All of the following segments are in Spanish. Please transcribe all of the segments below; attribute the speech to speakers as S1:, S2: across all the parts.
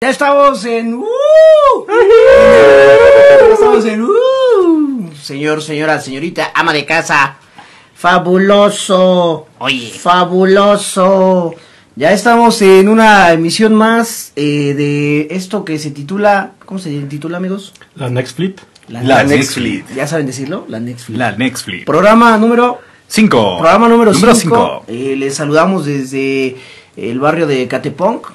S1: Ya estamos en. ¡Uh! Ya estamos en. ¡Uh! Señor, señora, señorita, ama de casa. Fabuloso.
S2: Oye.
S1: Fabuloso. Ya estamos en una emisión más eh, de esto que se titula. ¿Cómo se titula, amigos?
S3: La Next Flip.
S4: La Netflix.
S1: Ya saben decirlo, la Netflix.
S4: La Netflix.
S1: Programa número
S4: 5.
S1: Programa número
S4: Número
S1: 5.
S4: cinco.
S1: les saludamos desde el barrio de Catepunk.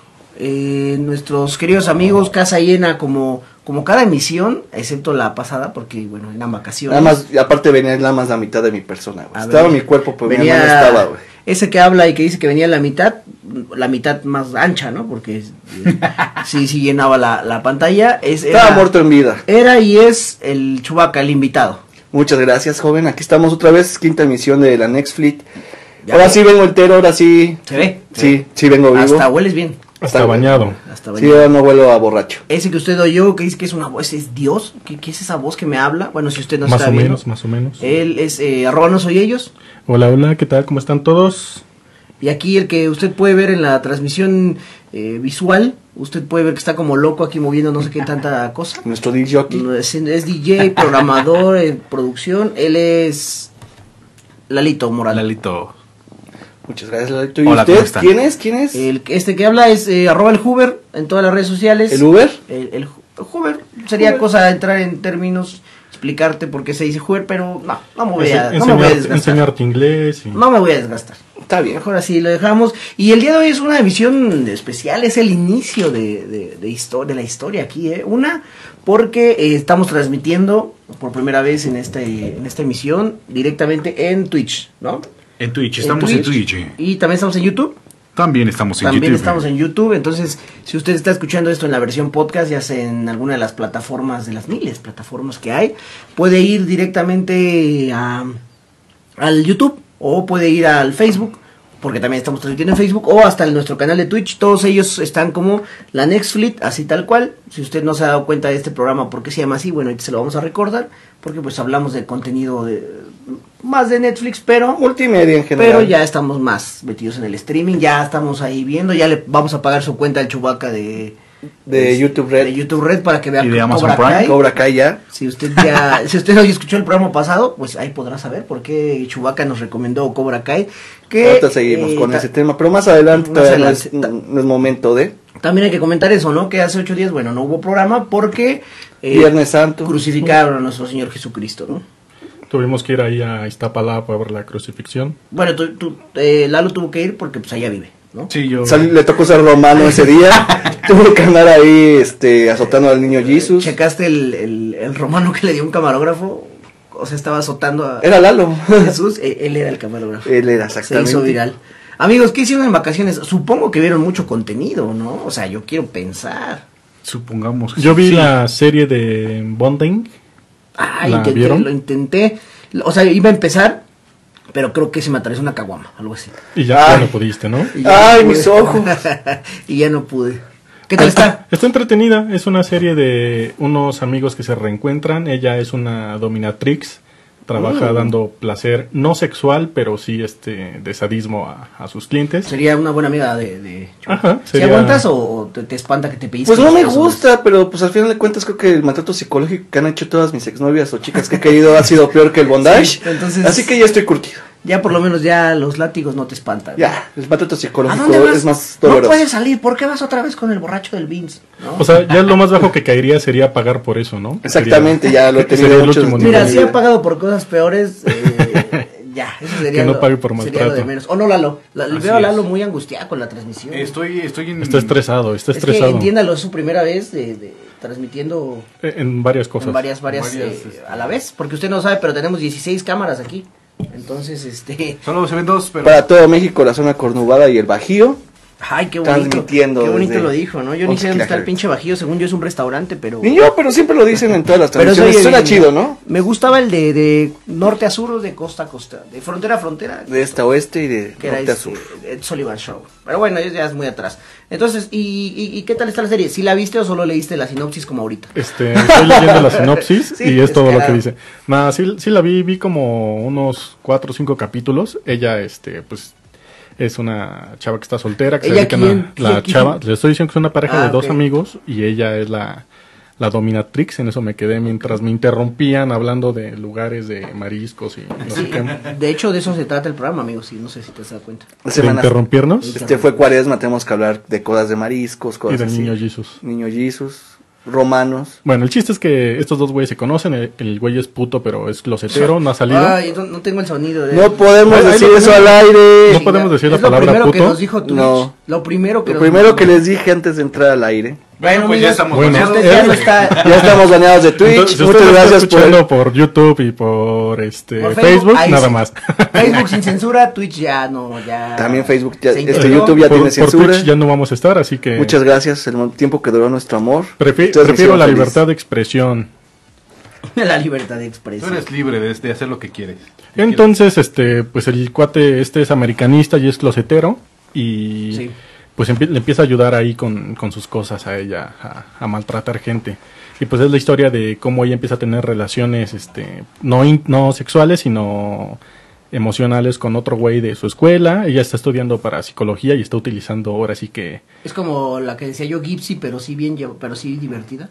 S1: Eh, nuestros queridos amigos, casa llena, como, como cada emisión, excepto la pasada, porque bueno, eran vacaciones.
S5: Nada más, y aparte venía nada más la mitad de mi persona, güey.
S1: A
S5: Estaba
S1: ver,
S5: mi cuerpo, pero
S1: venía-
S5: mi alma no estaba, güey.
S1: Ese que habla y que dice que venía la mitad, la mitad más ancha, ¿no? Porque eh, sí, sí llenaba la, la pantalla. Es,
S5: Estaba muerto en vida.
S1: Era y es el Chubaca, el invitado.
S5: Muchas gracias, joven. Aquí estamos otra vez, quinta emisión de la Next Fleet.
S1: Ya
S5: Ahora
S1: ve.
S5: sí vengo entero, ahora sí.
S1: ¿Se ve? Se
S5: Sí,
S1: ve.
S5: sí vengo vivo.
S1: Hasta hueles bien.
S3: Hasta
S5: Está bien.
S3: bañado.
S1: Hasta
S5: Sí,
S1: hueles
S5: ahora no vuelvo a borracho.
S1: Ese que usted oyó, que dice que es una voz, es Dios, que, que es esa voz que me habla. Bueno, si usted no
S3: más
S1: está
S3: o
S1: viendo.
S3: menos, más o menos.
S1: Él es eh, arroba no soy ellos.
S3: Hola, hola, ¿qué tal? ¿Cómo están todos?
S1: Y aquí el que usted puede ver en la transmisión eh, visual, usted puede ver que está como loco aquí moviendo no sé qué tanta cosa.
S5: Nuestro DJ aquí.
S1: No, Es, es DJ, programador, en producción. Él es Lalito Morales.
S4: Lalito.
S5: Muchas gracias, Lalito. ¿Y
S4: Hola, ¿cómo
S5: usted?
S4: están?
S5: ¿Quién es? ¿Quién es?
S1: El, este que habla es eh, arroba el Hoover en todas las redes sociales.
S5: ¿El Uber?
S1: El, el Ju- Hoover. Sería cosa de entrar en términos, explicarte por qué se dice Hoover, pero no, no me voy a,
S3: Ense-
S1: no me voy a
S3: enseñarte-
S1: desgastar.
S3: enseñarte inglés. y-
S1: No me voy a desgastar.
S5: Está bien.
S1: Mejor así lo dejamos. Y el día de hoy es una emisión especial, es el inicio de, de, de histo- de la historia aquí. ¿eh? Una, porque eh, estamos transmitiendo por primera vez en, este, en esta emisión directamente en Twitch, ¿no?
S4: En Twitch, estamos en Twitch. ¿eh?
S1: Y también estamos en YouTube.
S4: También estamos en
S1: También
S4: YouTube.
S1: estamos en YouTube, entonces si usted está escuchando esto en la versión podcast, ya sea en alguna de las plataformas, de las miles de plataformas que hay, puede ir directamente a, al YouTube o puede ir al Facebook, porque también estamos transmitiendo en Facebook, o hasta en nuestro canal de Twitch. Todos ellos están como la Next Fleet, así tal cual. Si usted no se ha dado cuenta de este programa, porque se llama así? Bueno, ahorita se lo vamos a recordar, porque pues hablamos de contenido de, más de Netflix, pero...
S5: Multimedia en general.
S1: Pero ya estamos más metidos en el streaming, ya estamos ahí viendo, ya le vamos a pagar su cuenta al Chubaca de, este,
S5: De YouTube Red.
S1: de YouTube Red para que vea
S4: Y de
S1: Cobra
S4: Amazon Prime.
S1: Kai.
S5: Cobra Kai ya.
S1: Si usted ya, si usted hoy escuchó el programa pasado, pues ahí podrá saber por qué Chubaca nos recomendó Cobra Kai. Que,
S5: Ahorita seguimos
S1: eh,
S5: con
S1: ta-
S5: ese tema, pero más adelante,
S1: Más
S5: todavía no es-
S1: adelante,
S5: no es momento de.
S1: También hay que comentar eso, ¿no? Que hace ocho días, bueno, no hubo programa porque eh,
S5: Viernes Santo.
S1: crucificaron a nuestro Señor Jesucristo, ¿no?
S3: Tuvimos que ir ahí a Iztapalapa a ver la crucifixión.
S1: Bueno, tú, tú, eh, Lalo tuvo que ir porque pues allá vive, ¿no?
S4: Sí, yo.
S5: Sal- le tocó ser romano ese día. Tuvo que andar ahí este, azotando al niño Jesus.
S1: ¿Checaste el, el- el romano que le dio un camarógrafo? O sea, estaba azotando a
S5: Era Lalo.
S1: a Jesús. Eh, Él era el camarógrafo.
S5: Él era
S1: Se
S5: exactamente.
S1: hizo viral. Amigos, ¿qué hicieron en vacaciones? Supongo que vieron mucho contenido, ¿no? O sea, yo quiero pensar.
S4: Supongamos. que
S3: Yo vi
S4: Pues sí.
S3: la serie de Bonding.
S1: Ah,
S3: ¿La
S1: intenté,
S3: vieron?
S1: lo intenté. O sea, iba a empezar, pero creo que se me atravesó una caguama, algo así.
S3: Y ya,
S5: Ay.
S3: ya no pudiste, ¿no?
S1: Y ya
S5: Ay,
S1: pude.
S5: mis ojos.
S1: y ya no pude. ¿Qué tal está?
S3: Está entretenida, es una serie de unos amigos que se reencuentran. Ella es una dominatrix, trabaja dando placer no sexual, pero sí este de sadismo a, a sus clientes.
S1: Sería una buena amiga de... de...
S3: Ajá,
S1: ¿Si
S3: sería-
S1: aguantas o- o te, te espanta que te pediste?
S5: Pues no me gusta, pero pues al final de cuentas creo que el maltrato psicológico que han hecho todas mis exnovias o chicas que he querido ha sido peor que el bondage.
S1: Sí, entonces-
S5: Así que ya estoy curtido.
S1: Ya por lo menos ya los látigos no te espantan.
S5: Ya, el maltrato
S1: ¿A
S5: psicológico
S1: dónde vas?
S5: es más
S1: no
S5: doloroso.
S1: puedes salir. ¿Por qué vas otra vez con el borracho del Vince? ¿No?
S3: O sea, ya lo más bajo que caería sería pagar por eso, ¿no?
S5: Exactamente, ya lo he
S3: Sería
S5: tenido
S3: el
S5: muchos
S3: último
S1: Mira,
S3: nivel.
S1: si ha pagado por cosas peores, eh, ya, eso sería
S3: Que no
S1: lo-
S3: pague por
S1: sería lo de
S3: maltrato.
S1: menos. O no, Lalo. La- le
S4: Así
S1: veo a Lalo
S4: es.
S1: muy angustiado con la transmisión.
S4: Estoy, estoy en.
S3: Está estresado, está
S1: es que
S3: estresado
S1: entiéndalo, es su primera vez de, de- transmitiendo
S3: Eh, en varias cosas.
S1: en varias, varias,
S4: Varias,
S1: eh,
S4: este.
S1: a la vez. Porque usted no sabe, pero tenemos 16 cámaras aquí. Entonces, este...
S4: Solo se ven dos, pero.
S5: Para todo México, la zona cornubada y el Bajío.
S1: Ay, qué bonito. Qué
S5: Transmitiendo
S1: bonito
S5: desde
S1: lo dijo, ¿no? Yo ni sé dónde está el
S5: Oxlack.
S1: pinche bajío. Según yo es un restaurante, pero...
S5: Ni yo, pero siempre lo dicen en todas las
S1: Pero eso
S5: transmisiones. Suena chido, ¿no?
S1: Me gustaba el de, de norte a sur o de costa a costa, de frontera a frontera.
S5: De este a oeste y de
S1: que era
S5: norte a
S1: este,
S5: sur.
S1: Ed Sullivan Show. Pero bueno, ya es muy atrás. Entonces, ¿y, y, y qué tal está la serie? ¿Sí la viste o solo leíste la sinopsis como ahorita?
S3: Este, estoy leyendo la sinopsis
S1: Sí,
S3: y es todo lo que
S1: descarado.
S3: dice. Nada, sí, sí la vi, vi como unos cuatro o cinco capítulos. Ella, este, pues, Es una chava que está soltera, que se
S1: ¿Ella
S3: dedica a
S1: quién?
S3: la,
S1: ¿Quién,
S3: la
S1: quién?
S3: chava. Le estoy diciendo que es una pareja
S1: Ah,
S3: de dos
S1: ok.
S3: amigos y ella es la, la dominatrix. En eso me quedé mientras me interrumpían hablando de lugares de mariscos y no sé
S1: Sí,
S3: qué.
S1: de hecho, de eso se trata el programa, amigos. Sí, no sé si te has dado cuenta.
S3: ¿De
S5: Semana-
S3: interrumpirnos?
S5: Este fue cuaresma, tenemos que hablar de cosas de mariscos,
S3: Y
S5: cosas
S3: del
S5: así.
S3: niño Jesús.
S5: Niño Jesus, romanos.
S3: Bueno, el chiste es que estos dos güeyes se conocen. El, el güey es puto, pero es closetero, no ha salido.
S1: Ay, no, no tengo el sonido de.
S5: No podemos
S3: Ay, ay,
S5: decir
S3: lo
S5: eso al
S3: No
S5: aire.
S3: podemos decir la
S1: Es
S3: palabra
S1: Lo primero que
S3: puto.
S1: nos dijo Twitch.
S5: No.
S1: Lo primero que
S5: Lo
S1: nos
S5: primero
S1: dijo
S5: que les dije antes de entrar al aire.
S4: Bueno, pues ya estamos
S3: Bueno.
S4: baneados.
S1: Usted ya no está.
S5: Ya estamos baneados de Twitch.
S3: Entonces, si usted
S5: Muchas
S3: lo está
S5: gracias por el-
S3: escuchando por YouTube y por este
S1: Por
S3: Facebook,
S1: ahí
S3: nada
S1: sí.
S3: más.
S1: Facebook sin censura, Twitch ya no, ya.
S5: También Facebook ya-
S1: Se
S5: este,
S1: integró.
S5: YouTube ya
S3: por,
S5: tiene
S3: por
S5: censura.
S3: Twitch ya no vamos a estar, así que
S5: Muchas gracias, el mon- tiempo que duró nuestro
S3: prefi-
S5: amor. Ustedes me
S3: prefiero
S5: hicieron
S3: la
S5: feliz.
S3: libertad de expresión.
S1: La libertad de
S4: Tú
S1: expresión.
S4: eres libre de, de hacer lo que quieres.
S3: Entonces, este, pues el cuate este es americanista y es closetero y
S1: Sí.
S3: pues empie- le empieza a ayudar ahí con, con sus cosas a ella, a, a maltratar gente. Y pues es la historia de cómo ella empieza a tener relaciones, este, no, in- no sexuales, sino emocionales con otro güey de su escuela. Ella está estudiando para psicología y está utilizando ahora sí que...
S1: Es como la que decía yo, Gypsy, pero sí bien, llev- pero sí divertida.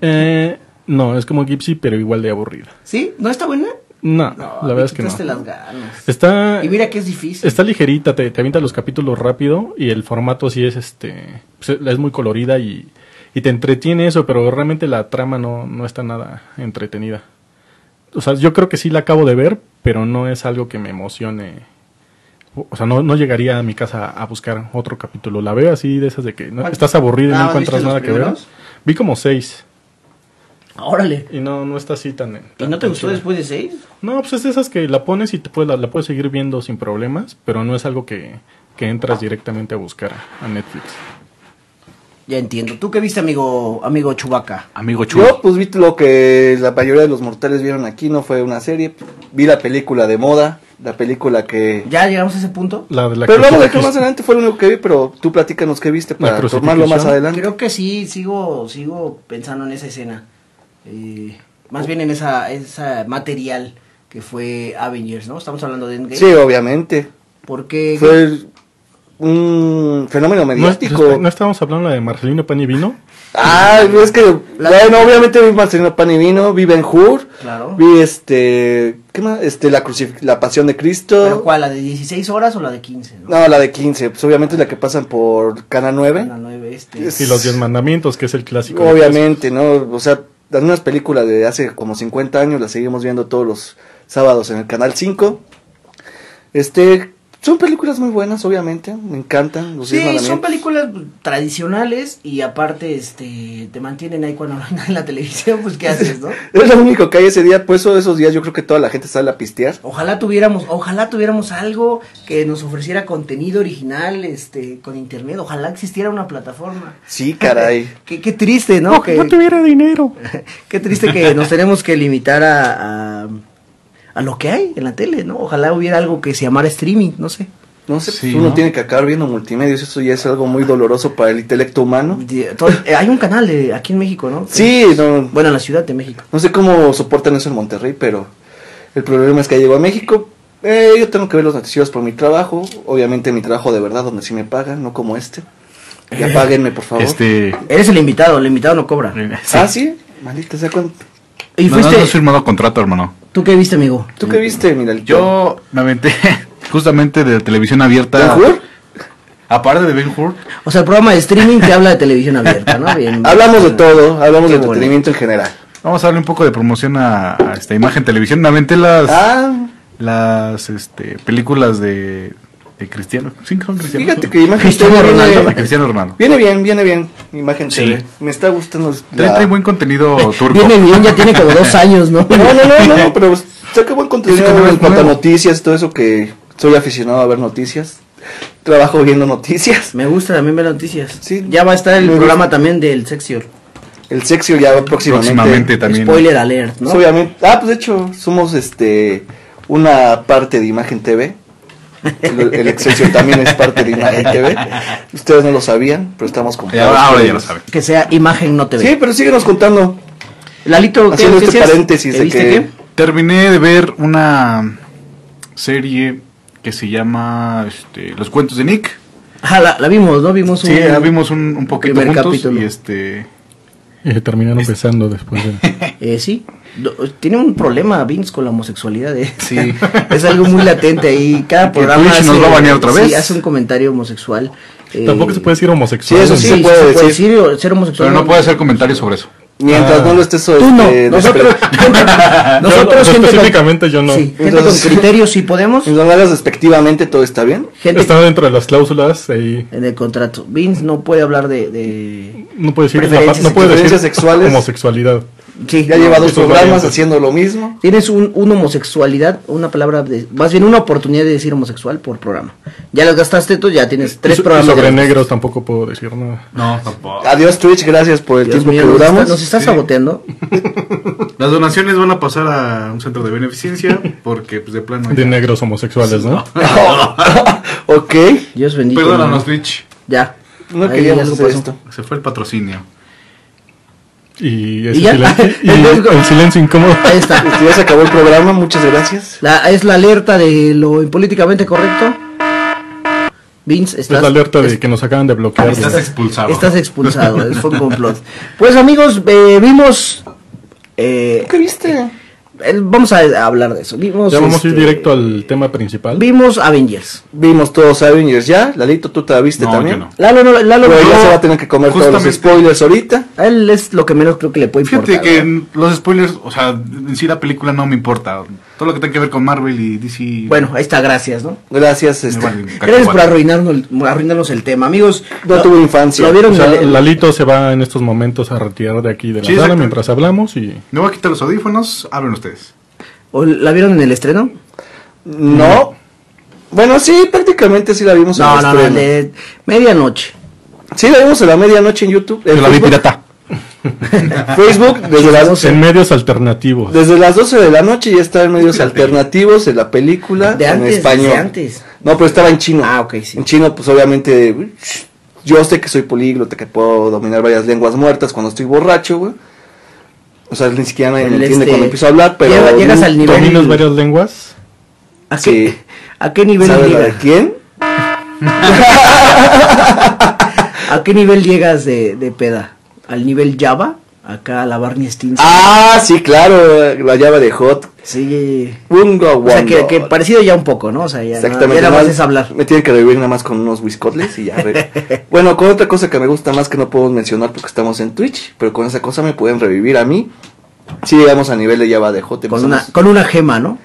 S3: eh, no, es como Gypsy, pero igual de aburrida.
S1: ¿Sí? ¿No está buena?
S3: No, la
S1: le
S3: verdad es que no.
S1: quitaste las ganas.
S3: Está,
S1: Y mira que es difícil.
S3: está ligerita, te, te avienta los capítulos rápido y el formato sí es este, pues, es muy colorida y, y te entretiene eso, pero realmente la trama no, no está nada entretenida. O sea, yo creo que sí la acabo de ver, pero no es algo que me emocione. O o sea, no, no llegaría a mi casa a buscar otro capítulo. La veo así de esas de que no-
S1: ¿Cuántos?
S3: estás aburrido y
S1: Nada
S3: no
S1: más
S3: encuentras
S1: Ah, viste los
S3: nada que ver.
S1: primeros.
S3: Vi como seis
S1: Órale.
S3: y no, no está así tan...
S1: ¿Y
S3: tan-
S1: no te
S3: tan
S1: gustó
S3: chida.
S1: después de seis?
S3: No, pues es de esas que la pones y te puedes, la, la puedes seguir viendo sin problemas, pero no es algo que, que entras directamente a buscar a Netflix.
S1: Ya entiendo. ¿Tú qué viste, amigo, amigo Chubaca?
S4: Amigo chulo.
S5: Yo pues vi lo que la mayoría de los mortales vieron aquí, no fue una serie. Vi la película de moda, la película que...
S1: ¿Ya llegamos a ese punto?
S3: La de la
S5: pero luego de que
S3: crucifixión.
S5: más adelante fue lo único que vi, pero tú platícanos qué viste para
S3: crucifixión.
S5: tomarlo más adelante.
S1: Creo que sí, sigo, sigo pensando en esa escena. Eh, más bien en esa, esa material que fue Avengers, ¿no? Estamos hablando de Endgame.
S5: Sí, obviamente.
S1: Porque
S5: Fue un fenómeno
S3: ¿No, es-
S5: mediático.
S3: no estábamos hablando de Marcelino Pan y Vino?
S5: Ah, es que,
S1: La-
S5: bueno, obviamente vi Marcelino Pan y Vino, vi Ben Hur,
S1: Claro.
S5: vi este, ¿qué más? Este, la, crucif- la Pasión de Cristo.
S1: ¿Pero cuál? ¿La de 16 horas o la de 15? no?
S5: No, la de 15, pues obviamente es la que pasan por Canal 9.
S1: La nueve, este.
S5: Es-
S3: Y Los Diez Mandamientos, que es el clásico. de
S5: obviamente, ¿no? O sea, las mismas películas de hace como 50 años las seguimos viendo todos los sábados en el Canal 5. Este, son películas muy buenas, obviamente, me encantan. Los Diez
S1: Sí, son
S5: Mandamientos.
S1: películas pues, tradicionales y aparte este te mantienen ahí cuando no hay nada en la televisión, pues ¿qué haces, no?
S5: Es lo único que hay ese día, pues eso- esos días yo creo que toda la gente sale a pistear.
S1: Ojalá tuviéramos, ojalá tuviéramos algo que nos ofreciera contenido original, este, con internet, ojalá existiera una plataforma.
S5: Sí, caray.
S1: Qué, qué triste,
S3: Cristo.
S1: ¿no?
S3: No, que
S1: que,
S3: no tuviera dinero.
S1: qué triste que nos tenemos que limitar a, a, a lo que hay en la tele, ¿no? Ojalá hubiera algo que se llamara streaming, no sé.
S5: No sé,
S4: Sí,
S5: pues, uno
S4: ¿no?
S5: tiene que acabar viendo multimedios, eso ya es algo muy doloroso para el intelecto humano.
S1: Di- todo- eh, hay un canal de, aquí en México, ¿no?
S5: Sí, no,
S1: Bueno, en la Ciudad de México.
S5: no sé cómo soportan eso en Monterrey, pero el problema es que llegó a México. Eh, yo tengo que ver los noticieros por mi trabajo, obviamente mi trabajo de verdad, donde sí me pagan, no como este. Ya páguenme, por favor.
S4: Este.
S1: Eres el invitado, el invitado no cobra.
S5: Ah, sí, maldita sea. cuan-
S1: Y
S4: No, no,
S1: fuiste,
S4: no has firmado contrato, hermano.
S1: ¿tú qué viste, amigo?
S5: ¿Tú qué viste, mira?
S4: Yo me aventé justamente de televisión abierta. Aparte de Ben Hur.
S1: O sea, el programa de streaming te habla de televisión abierta, ¿no? Bien.
S5: Hablamos de todo, hablamos
S1: Qué
S5: de entretenimiento en general.
S4: Vamos a darle un poco de promoción a, a esta imagen televisión. Me aventé las,
S5: Ah,
S4: las este, películas de, de Cristiano. Sí, son cristianos.
S5: fíjate que imagen
S1: Cristiano
S5: TV viene-
S1: Ronaldo,
S4: De Cristiano Ronaldo.
S5: Viene bien, viene bien. Imagen
S4: Sí.
S5: TV. Me está gustando.
S4: Trae,
S5: la-
S4: trae buen contenido turco.
S1: Viene bien, ya tiene como dos años, ¿no?
S5: No, no, no, no, pero saca buen contenido
S4: Tiene que ver
S5: en cuanto a
S4: nuevo.
S5: noticias, todo eso que soy aficionado a ver noticias. Trabajo viendo noticias.
S1: Me gusta también ver noticias.
S5: Sí.
S1: ya va a estar el
S5: Me
S1: programa también del Sexior.
S5: El sexo ya va próximamente.
S4: Próximamente también.
S1: Spoiler alert, ¿no?
S5: Obviamente. Ah, pues de hecho, somos este una parte de Imagen TV. El, el Excelsior también es parte de Imagen TV. Ustedes no lo sabían, pero estamos con
S4: Ya, ahora, ahora ya lo saben.
S1: Que sea imagen no te ve.
S5: Sí, pero síguenos contando.
S1: Lalito, ¿qué
S5: Haciendo este
S1: noticias?
S5: paréntesis
S1: ¿Te
S5: de
S1: viste
S5: que-
S1: qué?
S4: Terminé de ver una serie que se llama este, Los cuentos de Nick.
S1: Ajá, la, la vimos, ¿no? Vimos
S4: Sí, ya vimos un, un poquito
S1: primer
S4: juntos
S1: capítulo.
S4: y este
S3: Y se terminaron besando después de...
S1: Eh, sí. Do- Tiene un problema Vince con la homosexualidad. eh.
S4: sí,
S1: Es algo muy latente ahí. Cada
S4: Que
S1: programa.
S4: Twitch nos va a banear otra
S1: sí,
S4: vez.
S1: hace un comentario homosexual. eh,
S3: Tampoco se puede decir
S5: sí,
S3: homosexual.
S5: eso
S1: Eso sí, se puede, decir. o ser homosexual.
S4: pero no puede hacer comentarios sobre eso.
S5: Mientras
S3: Ah.
S5: no lo estés
S1: Tú no.
S5: este,
S1: Nosotros,
S5: despre-
S1: nosotros
S3: Yo-
S1: gente con-
S3: específicamente yo no.
S1: Sí, gente
S5: Entonces-
S1: con criterios sí podemos.
S5: mientras no hagas despectivamente, todo está bien.
S1: Gente
S3: Está dentro de las cláusulas y
S1: en el contrato. Vince no puede hablar de. de-
S3: no puede decir,
S1: Preferencias-
S3: no puede decir
S5: preferencias sexuales.
S3: homosexualidad.
S1: Sí,
S5: Ya
S1: no,
S5: lleva dos
S3: eso es
S5: programas
S4: pues.
S3: variante.
S5: haciendo lo mismo.
S1: Tienes un, una homosexualidad, una palabra, de, más bien una oportunidad de decir homosexual por programa. Ya los gastaste tú, ya tienes tres
S3: Y so- y
S1: programas.
S3: sobre
S1: grandes.
S3: negros tampoco puedo decir nada.
S4: No, tampoco.
S1: Ah,
S5: Adiós Twitch, gracias por el
S1: Dios
S5: tiempo
S1: mío,
S5: que
S1: nos está-
S5: duramos.
S1: nos está saboteando.
S2: Las donaciones van a pasar a un centro de beneficencia porque, pues, de plano.
S3: De
S2: ya.
S3: negros homosexuales, ¿no?
S5: ok,
S1: Dios bendito.
S2: Perdónanos,
S1: hermano.
S2: Twitch.
S1: Ya.
S5: no
S1: Ahí
S5: queríamos
S1: algo
S5: hacer
S1: pasó.
S5: esto.
S2: Se fue el patrocinio.
S3: Y
S1: ¿Y
S3: ese
S1: ya?
S3: silencio, y
S1: Entonces,
S3: el silencio incómodo.
S1: Ahí está.
S5: Este, ya se acabó el programa, muchas gracias.
S1: La- es la alerta de lo impolíticamente correcto. Vince,
S3: Es la
S1: estás,
S3: alerta de
S1: es-
S3: que nos acaban de bloquear.
S2: Estás expulsado.
S1: estás expulsado. es- fue un complot. Pues amigos, eh, vimos. eh,
S5: ¿Qué viste?
S1: eh, vamos a hablar de eso. Vimos,
S3: Ya vamos a ir
S1: este,
S3: directo al tema principal.
S1: Vimos Avengers.
S5: Vimos todos Avengers ya. Lalito, tú te la viste
S4: No,
S5: también.
S4: yo no.
S1: Lalo, no, Lalo,
S5: Pero ya
S1: no.
S5: se va a tener que comer todos
S4: Justamente.
S5: los spoilers ahorita.
S1: A él es lo que menos creo que le puede importar.
S4: Fíjate que
S1: ¿verdad?
S4: los spoilers, o sea, en sí la película no me importa. Todo lo que tenga que ver con Marvel y DC.
S1: Bueno, ahí está, gracias, ¿no?
S5: Gracias,
S4: me
S5: este.
S4: vale un
S1: Gracias por
S4: cacahuate.
S1: arruinarnos, el- arruinarnos el tema, amigos.
S5: No tuve infancia.
S1: Lo vieron
S3: O sea,
S1: el- el-
S3: Lalito se va en estos momentos a retirar de aquí de la
S4: Sí,
S3: sala
S4: exacto.
S3: mientras hablamos y
S4: Me voy a quitar los audífonos, hablen ustedes.
S1: ¿o ¿La vieron en el estreno?
S5: No. Bueno, sí, prácticamente sí la vimos en
S1: No,
S5: el
S1: no, no,
S5: estreno.
S1: de medianoche.
S5: Sí, la vimos a la medianoche en YouTube. En
S4: Yo la vi
S5: Facebook.
S4: pirata.
S5: Facebook, desde las,
S3: en medios alternativos.
S5: desde las 12 de la noche ya está en medios alternativos, en la película,
S1: De antes,
S5: en español.
S1: de antes.
S5: No, pero estaba en chino.
S1: Ah, ok, sí.
S5: En chino, pues obviamente, uy, yo sé que soy políglota, que puedo dominar varias lenguas muertas cuando estoy borracho, güey. O sea, ni siquiera nadie me
S1: El
S5: entiende
S1: este,
S5: cuando empiezo a hablar, pero...
S1: llega- llegas al nivel-
S3: Dominas varias lenguas.
S1: ¿A qué,
S5: Sí.
S1: ¿a qué nivel
S5: ¿Sabes la de
S1: llegas?
S5: quién?
S1: ¿A qué nivel llegas de, de peda? ¿Al nivel Java? Acá a la Barney Stinson.
S5: Ah, sí, claro, la llave de Hot.
S1: Sí.
S5: Bungo,
S1: O sea, que,
S5: wongo.
S1: que parecido ya un poco, ¿no? O sea, ya, no-
S5: Exactamente.
S1: ya nada más
S5: nada-
S1: es hablar.
S5: Me tienen que revivir nada más con unos whiskotles y ya. re- bueno, con otra cosa que me gusta más que no podemos mencionar porque estamos en Twitch, pero con esa cosa me pueden revivir a mí. Si llegamos a nivel de Java de Hot,
S1: Con una,
S5: empezamos-
S1: con una gema, ¿no?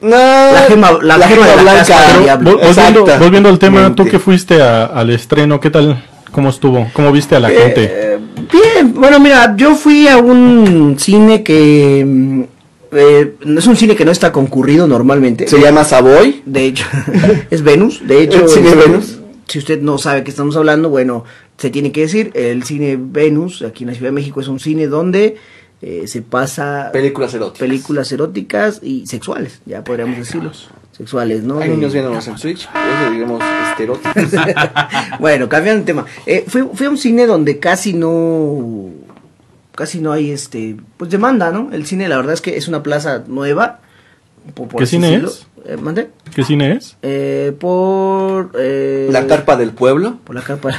S5: No,
S1: La gema- la gema de la caspa del diablo.
S3: Vol- volviendo,
S5: Exactamente.
S3: volviendo al tema, tú que fuiste a- al estreno, ¿qué tal? ¿Cómo estuvo? ¿Cómo viste a la gente?
S1: Eh, bien, bueno, mira, yo fui a un cine que mm, eh, es un cine que no está concurrido normalmente.
S5: Se llama Savoy.
S1: De hecho, es Venus. De hecho,
S5: ¿El cine
S1: este,
S5: Venus?
S1: si usted no sabe qué estamos hablando, bueno, se tiene que decir, el cine Venus aquí en la Ciudad de México es un cine donde eh, se pasa
S5: Películas eróticas.
S1: películas eróticas y sexuales, ya podríamos decirlo. Sexuales, ¿no?
S5: Hay
S1: De-
S5: niños viéndonos en Twitch, eso diremos estereotipos.
S1: bueno, cambiando de tema. Eh, fui, fui a un cine donde casi no. Casi no hay este. Pues demanda, ¿no? El cine, la verdad es que es una plaza nueva. po- por
S3: ¿Qué
S1: así
S3: cine
S1: decirlo.
S3: es?
S1: Eh, ¿Mande?
S3: ¿Qué cine es?
S1: Eh, por. eh,
S5: La carpa del pueblo.
S1: Por la carpa.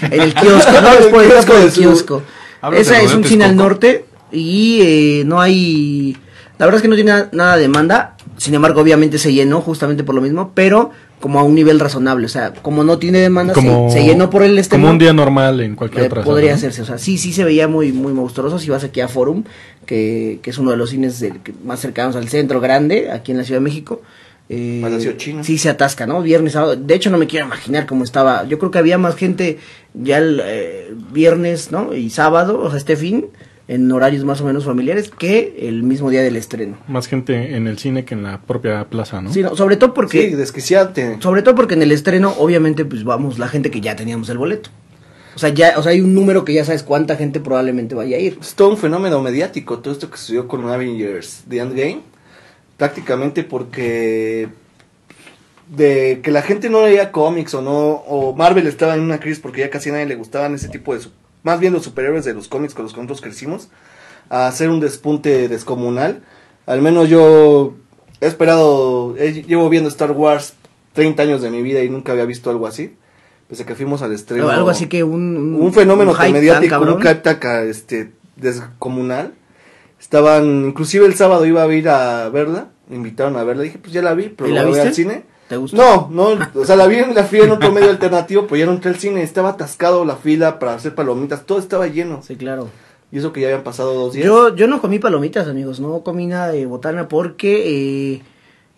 S1: en el kiosco, ¿no?
S5: El
S1: Es por el
S5: kiosco
S1: kiosco.
S5: de
S1: del
S5: su-
S1: kiosco.
S4: Háblate
S1: Esa
S4: de
S1: es un
S4: Rodeo
S1: cine al
S4: Texcoco.
S1: norte y eh, no hay. La verdad es que no tiene na- nada de demanda. Sin embargo, obviamente se llenó justamente por lo mismo, pero como a un nivel razonable. O sea, como no tiene demanda, se-
S3: Como,
S1: se, llenó por el este
S5: este
S1: estreno.
S3: como un día normal en cualquier
S1: eh,
S3: otra
S1: podría
S3: sala, ¿no?
S1: hacerse, o sea, sí, sí se veía muy, muy monstruoso. Si vas aquí a Forum, que, que es uno de los cines del- que- más cercanos al centro grande, aquí en la Ciudad de México. eh,
S5: Palacio Chino.
S1: Sí, se atasca, ¿no? Viernes, sábado. De hecho, no me quiero imaginar cómo estaba. Yo creo que había más gente ya el eh, viernes, ¿no? Y sábado, o sea, este fin, en horarios más o menos familiares, que el mismo día del estreno.
S3: Más gente en el cine que en la propia plaza, ¿no?
S1: Sí, no, sobre todo porque.
S5: Sí, desquiciante.
S1: Sobre todo porque en el estreno, obviamente, pues vamos la gente que ya teníamos el boleto. O sea, ya, o sea, hay un número que ya sabes cuánta gente probablemente vaya a ir.
S5: Es todo un fenómeno mediático, todo esto que sucedió con Avengers The Endgame, prácticamente porque de que la gente no leía cómics o no, o Marvel estaba en una crisis porque ya casi a nadie le gustaban ese tipo de, su- más bien los superhéroes de los cómics con los que nosotros crecimos, a hacer un despunte descomunal. Al menos yo he esperado, he- llevo viendo Star Wars 30 años de mi vida y nunca había visto algo así. Desde que fuimos al estreno.
S1: Algo así que un...
S5: Un fenómeno
S1: un
S5: tan
S1: hype
S5: mediático,
S1: cabrón.
S5: un cataca, este, descomunal. Estaban, inclusive el sábado iba a ir a verla, me invitaron a verla, dije, pues ya la vi, pero
S1: ¿Y
S5: la
S1: la
S5: voy
S1: viste?
S5: al cine.
S1: ¿Te gustó?
S5: No, no, o sea, la vi, en- la fui en otro medio alternativo, pero ya no entré al cine, estaba atascado la fila para hacer palomitas, todo estaba lleno.
S1: Sí, claro.
S5: Y eso que ya habían pasado dos días.
S1: Yo, yo no comí palomitas, amigos, no comí nada de botana porque, eh,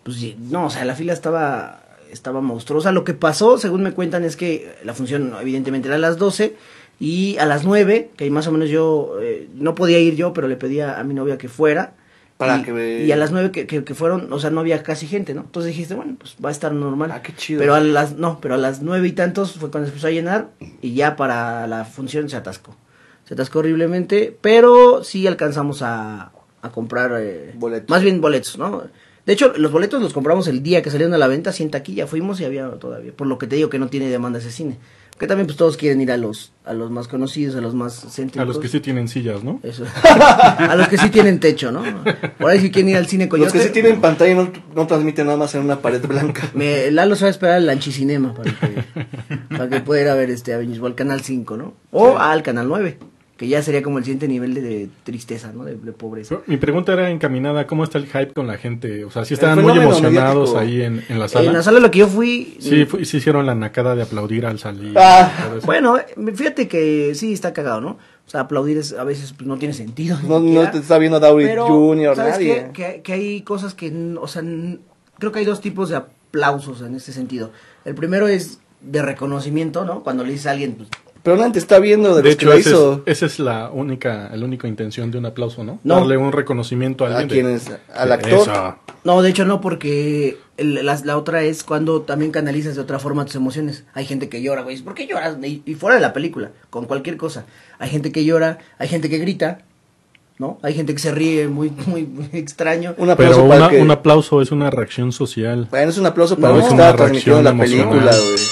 S1: pues, sí, no, o sea, la fila estaba, estaba monstruosa. Lo que pasó, según me cuentan, es que la función evidentemente era a las 12 y a las 9, que ahí más o menos yo, eh, no podía ir yo, pero le pedí a, a mi novia que fuera.
S5: Para
S1: y,
S5: que ve-
S1: y a las 9 que, que- que fueron, o sea, no había casi gente, ¿no? Entonces dijiste, bueno, pues va a estar normal.
S5: Ah, qué chido.
S1: Pero a las, no, pero a las nueve y tantos fue cuando se empezó a llenar y ya para la función se atascó. Se atascó horriblemente, pero sí alcanzamos a, a comprar... eh,
S5: Boletos.
S1: Más bien boletos, ¿no? De hecho, los boletos los compramos el día que salieron a la venta, sí en taquilla fuimos y había todavía. Por lo que te digo que no tiene demanda ese cine. Que también pues todos quieren ir a los, a los más conocidos, a los más céntricos.
S3: A los
S5: pues.
S3: que sí tienen sillas, ¿no?
S1: Eso. a los que sí tienen techo, ¿no? Por ahí si quieren ir al cine
S5: Los
S1: Coyote.
S5: que sí tienen pantalla no, no transmiten nada más en una pared blanca.
S1: Me, Lalo se va a esperar al Lanchicinema para que, para que pueda ir a ver este Avengers o al Canal 5, ¿no? O al Canal 9, que ya sería como el siguiente nivel de, de tristeza, ¿no? De, de pobreza.
S3: Mi pregunta era encaminada, ¿cómo está el hype con la gente? O sea, si
S5: El
S3: estaban muy
S5: fenómeno
S3: emocionados
S5: mediático.
S3: ahí en, en la sala.
S1: En la sala lo que yo fui... mm,
S3: Sí, fu- sí hicieron la nacada de aplaudir al salir.
S5: Ah,
S3: Todo eso.
S1: Bueno, eh, fíjate que sí está cagado, ¿no? O sea, aplaudir es- a veces pues, no tiene sentido. ni
S5: No, no
S1: siquiera.
S5: te está viendo Dowry
S1: Pero,
S5: Jr.,
S1: ¿sabes
S5: nadie.
S1: qué? Que, que hay cosas que, n- o sea, n- creo que hay dos tipos de aplausos en este sentido. El primero es de reconocimiento, ¿no? Cuando le dices a alguien, pues,
S5: Pero nadie te está viendo de,
S3: de
S5: los
S3: hecho,
S5: que la
S3: esa es-
S5: hizo.
S3: esa es la única, la única intención de un aplauso, ¿no?
S1: No.
S3: Darle un reconocimiento a
S5: ¿A
S3: alguien. de-
S5: quién es? ¿Al actor?
S3: Eso.
S1: No, de hecho no, porque el- la, la otra es cuando también canalizas de otra forma tus emociones. Hay gente que llora, güey. ¿Por qué lloras? Y, y fuera de la película, con cualquier cosa. Hay gente que llora, hay gente que grita, ¿no? Hay gente que se ríe muy, muy, muy extraño.
S5: Un aplauso
S3: Pero
S5: para
S3: una-
S5: que-
S3: un aplauso es una reacción social.
S5: Bueno, es un aplauso para
S1: No,
S5: lo que
S1: es
S5: estaba
S3: una
S5: transmitiendo la
S3: reacción
S5: película,
S3: emocional.
S5: güey.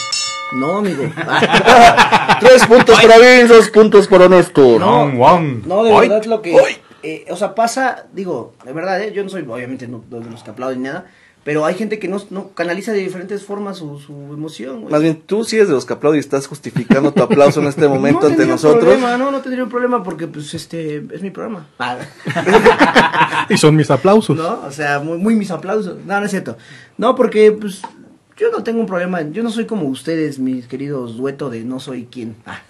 S1: No, amigo.
S5: Tres puntos para mí, dos puntos para Néstor.
S1: No.
S4: Guau, guau.
S1: No, de
S4: Ay,
S1: verdad lo que...
S4: ay.
S1: eh, o sea, pasa, digo, de verdad, eh, yo no soy, obviamente, no, no de los que aplauden ni nada, pero hay gente que no, no canaliza de diferentes formas su, su emoción, güey.
S5: Más bien, tú sí eres de los que aplauden y estás justificando tu aplauso en este momento
S1: no
S5: ante
S1: tendría un
S5: nosotros.
S1: Problema, no, no tendría un problema porque pues este es mi programa. Ah,
S5: Ah.
S3: Y son mis aplausos.
S1: ¿No? O sea, muy, muy mis aplausos. No, no es cierto. No, porque pues yo no tengo un problema. Yo no soy como ustedes, mis queridos dueto de no soy quien. Ah,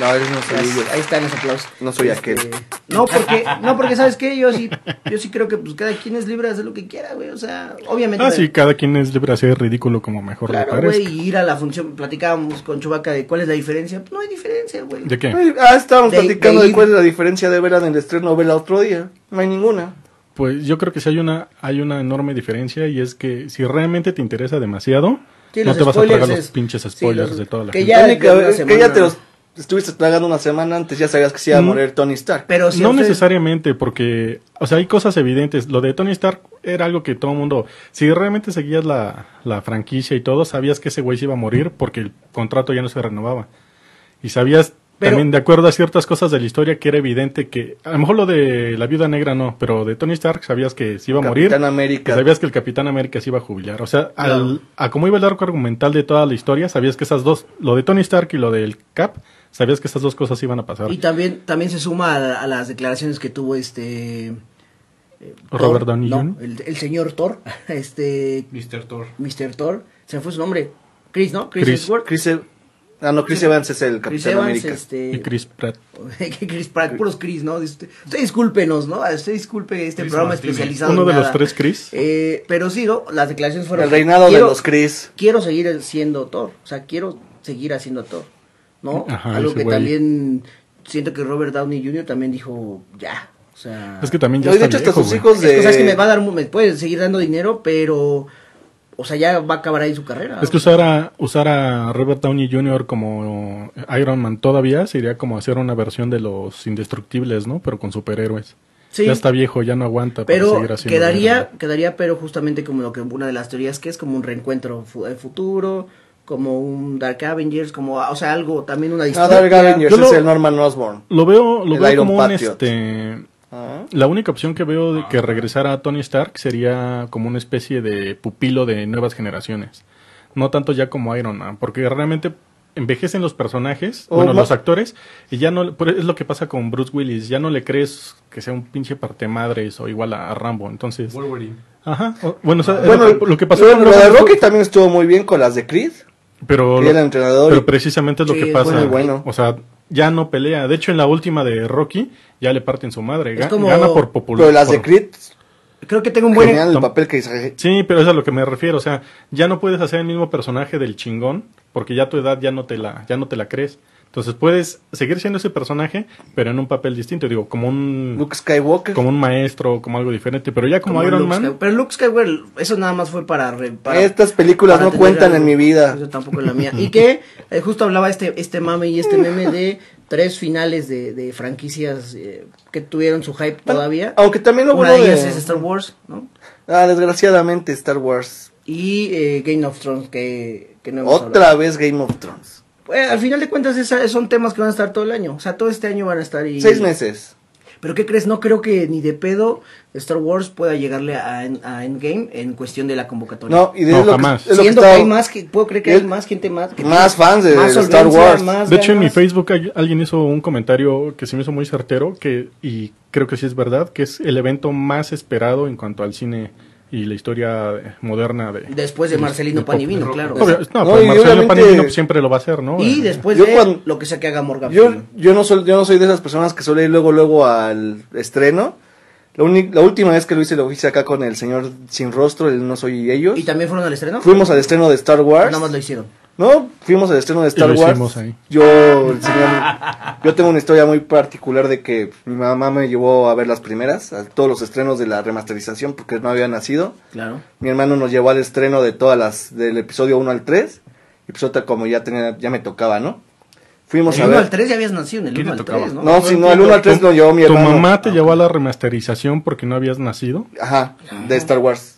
S5: No, eres no soy
S1: gracias.
S5: yo.
S1: ahí están los aplausos.
S5: No soy aquel.
S1: este, No, porque, no, porque sabes qué, yo sí, yo sí creo que pues cada quien es libre de hacer lo que quiera, güey. O sea, obviamente.
S3: Ah, sí, cada quien es libre de hacer ridículo como mejor le
S1: Claro,
S3: parezca.
S1: güey, y ir a la función, platicábamos con Chubaca de cuál es la diferencia. Pues, No hay diferencia, güey.
S3: ¿De qué?
S5: Ay, Ah, estábamos
S1: De-
S5: platicando
S1: de
S5: de,
S1: ir-
S5: cuál es la diferencia de verla en el estreno o verla otro día. No hay ninguna.
S3: Pues yo creo que sí hay una, hay una enorme diferencia y es que si realmente te interesa demasiado,
S1: Sí,
S3: no
S1: los
S3: te vas a
S1: spoilers
S3: tragar
S1: es-
S3: los pinches
S1: sí,
S3: spoilers
S1: los-
S3: de toda la
S1: que
S3: gente.
S1: Ya,
S5: Tiene que
S1: ya
S5: haber-
S1: una
S5: que ya
S1: semana.
S5: te los estuviste tragando una semana antes, ya sabías que se iba a
S3: Mm.
S5: morir Tony Stark.
S1: Pero si a
S3: no
S1: ustedes-
S3: necesariamente, porque, o sea, hay cosas evidentes. Lo de Tony Stark era algo que todo el mundo, si realmente seguías la, la franquicia y todo, sabías que ese güey se iba a morir porque el contrato ya no se renovaba. Y sabías
S1: Pero-
S3: también, de acuerdo a ciertas cosas de la historia, que era evidente que, a lo mejor lo de la viuda negra no, pero de Tony Stark sabías que se iba a morir.
S5: Capitán
S3: que
S5: América.
S3: sabías que el Capitán América se iba a jubilar. O sea, al-
S1: Claro.
S3: a cómo iba el arco argumental de toda la historia, sabías que esas dos, lo de Tony Stark y lo del Cap, sabías que esas dos cosas iban a pasar.
S1: Y también, también se suma a, a las declaraciones que tuvo este. eh, Thor,
S3: Robert Downey
S1: no,
S3: Jr.
S1: el, el señor Thor, este.
S2: Mr. Thor.
S1: Mr. Thor, se me fue su nombre. Chris, ¿no?
S3: Chris.
S1: Hemsworth.
S5: Chris Ev- Ah, no, Chris Evans es el Capitán
S1: Chris Evans,
S5: América.
S1: este.
S3: Y Chris Pratt.
S1: Chris Pratt, puros Chris, ¿no? Usted, usted discúlpenos, ¿no? Usted disculpe este
S2: Chris
S1: programa
S2: Martínez.
S1: especializado. en
S3: Uno de los
S1: nada.
S3: tres Chris.
S1: Eh, pero sí, ¿no? Las declaraciones fueron.
S5: El reinado
S1: quiero-
S5: de los Chris.
S1: quiero seguir siendo Thor, o sea, quiero seguir haciendo Thor, ¿no?
S3: Ajá,
S1: Algo
S3: ese
S1: que
S3: güey.
S1: también siento que Robert Downey Jr. también dijo, ya, o sea...
S3: Es que también ya
S5: No, y de
S3: está
S5: hecho, hasta
S3: viejo,
S5: sus
S3: güey.
S5: hijos Pues de.
S1: o sea, es que me va a dar, mu- me puede seguir dando dinero, pero, o sea, ya va a acabar ahí su carrera.
S3: Es que usar a, usar a Robert Downey Jr. como Iron Man todavía sería como hacer una versión de los indestructibles, ¿no? Pero con superhéroes.
S1: Sí.
S3: Ya está viejo, ya no aguanta para
S1: pero
S3: seguir haciendo
S1: quedaría,
S3: guerra.
S1: quedaría, pero justamente como lo que una de las teorías que es como un reencuentro fu- eh, futuro, como un Dark Avengers, como, o sea, algo, también una
S5: No,
S1: historia.
S5: Ah, Dark Avengers
S3: Yo
S5: es
S3: lo-
S5: el Norman Osborn.
S3: Lo veo, lo
S5: El
S3: veo
S5: Iron
S3: como un,
S5: Patriot.
S3: este,
S5: Ah.
S3: La única opción que veo de que regresara a Tony Stark sería como una especie de pupilo de nuevas generaciones. No tanto ya como Iron Man, porque realmente envejecen los personajes,
S5: O
S3: bueno,
S5: ma-
S3: los actores, y ya no, por- es lo que pasa con Bruce Willis, ya no le crees que sea un pinche partemadres o igual a, a Rambo, entonces...
S2: Wolverine.
S3: Ajá, o- bueno, o sea, es
S5: Bueno,
S3: lo, que, lo que pasó
S5: bueno,
S3: con
S5: lo de
S3: Rambo,
S5: Rocky también estuvo muy bien con las de Creed.
S3: pero,
S5: que era
S3: lo-
S5: el entrenador
S3: pero
S5: y-
S3: precisamente es lo
S1: Sí,
S3: que
S1: es
S3: pasa,
S5: bueno, bueno.
S3: o sea, ya no pelea, de hecho en la última de Rocky ya le parten su madre,
S1: Es
S3: ga-
S1: como-
S3: gana por popular.
S5: Pero las de
S3: por-
S5: Creed,
S1: Creo que tengo un buen...
S5: genial el
S3: Tom-
S5: papel que hizo. eh,
S3: Sí, pero eso es a lo que me refiero, o sea, ya no puedes hacer el mismo personaje del chingón, porque ya tu edad ya no te la, ya no te la crees. Entonces puedes seguir siendo ese personaje, pero en un papel distinto, digo, como un,
S5: Luke Skywalker.
S3: como un maestro, como algo diferente, pero ya como,
S1: como
S3: Iron
S1: Luke
S3: Man,
S1: Skywalker. Pero Luke Skywalker, eso nada más fue para... re- para-
S5: Estas películas
S1: para
S5: no
S1: tener
S5: cuentan
S1: algo.
S5: en mi
S1: Yo
S5: vida.
S1: tampoco en la mía. Y que eh, justo hablaba este, este mame y este meme de tres finales de, de franquicias eh, que tuvieron su hype todavía.
S5: Aunque también lo
S1: Una
S5: bueno
S1: de ellas
S5: de-
S1: es Star Wars, ¿no?
S5: Ah, desgraciadamente Star Wars.
S1: Y eh, Game of Thrones, que, que no hemos
S5: Otra
S1: hablado.
S5: vez Game of Thrones.
S1: Bueno, al final de cuentas, esa- son temas que van a estar todo el año. O sea, todo este año van a estar y...
S5: Seis meses.
S1: Pero ¿qué crees? No creo que ni de pedo Star Wars pueda llegarle a, en- a Endgame en cuestión de la convocatoria.
S5: No, y de
S3: No,
S5: lo
S3: jamás.
S5: Que, es lo que
S1: Siendo que,
S5: estaba-
S1: hay más, que, puedo creer que
S5: es-
S1: hay más gente más. Que
S5: más fans de Star
S1: solvencia,
S5: Wars.
S1: más
S3: De hecho, en mi
S1: ganas.
S3: Facebook hay- alguien hizo un comentario que se me hizo muy certero, que, y creo que sí es verdad, que es el evento más esperado en cuanto al cine y la historia eh, moderna de...
S1: Después de Marcelino
S3: pop.
S1: Panivino, claro.
S3: Obvio, no,
S5: No,
S3: pues
S5: y
S3: Marcelo
S5: obviamente-
S3: Panini pues, siempre lo va a hacer, ¿no?
S1: Y
S3: Eh,
S1: después
S5: Yo
S1: de
S5: cuando-
S1: lo que sea que haga Morgan
S5: Yo,
S1: Freeman.
S5: yo, no soy, yo no soy de esas personas que suele ir luego, luego al estreno. La, uni- la última vez que lo hice, lo hice acá con el señor sin rostro, el No Soy Ellos.
S1: ¿Y también fueron al estreno?
S5: Fuimos al estreno de Star Wars.
S1: Nada más lo hicieron.
S5: No, fuimos al estreno de Star
S3: lo
S5: Wars.
S3: hicimos ahí.
S5: Yo, el señor, yo tengo una historia muy particular de que mi mamá me llevó a ver las primeras, a todos los estrenos de la remasterización, porque no había nacido.
S1: Claro.
S5: Mi hermano nos llevó al estreno de todas las, del episodio 1 al 3. Y pues otra como ya tenía, ya me tocaba, ¿no? Fuimos
S1: El
S5: a
S1: 1
S5: ver.
S1: al 3 ya habías nacido en el
S2: ¿Quién
S1: 1
S2: te
S1: al
S2: tocaba?
S1: 3, ¿no?
S5: No, si no, el 1 al 3
S3: tu-
S5: lo llevó mi hermano. Ah,
S3: Tu mamá te llevó a la remasterización porque no habías nacido.
S5: Ajá, de Star Wars.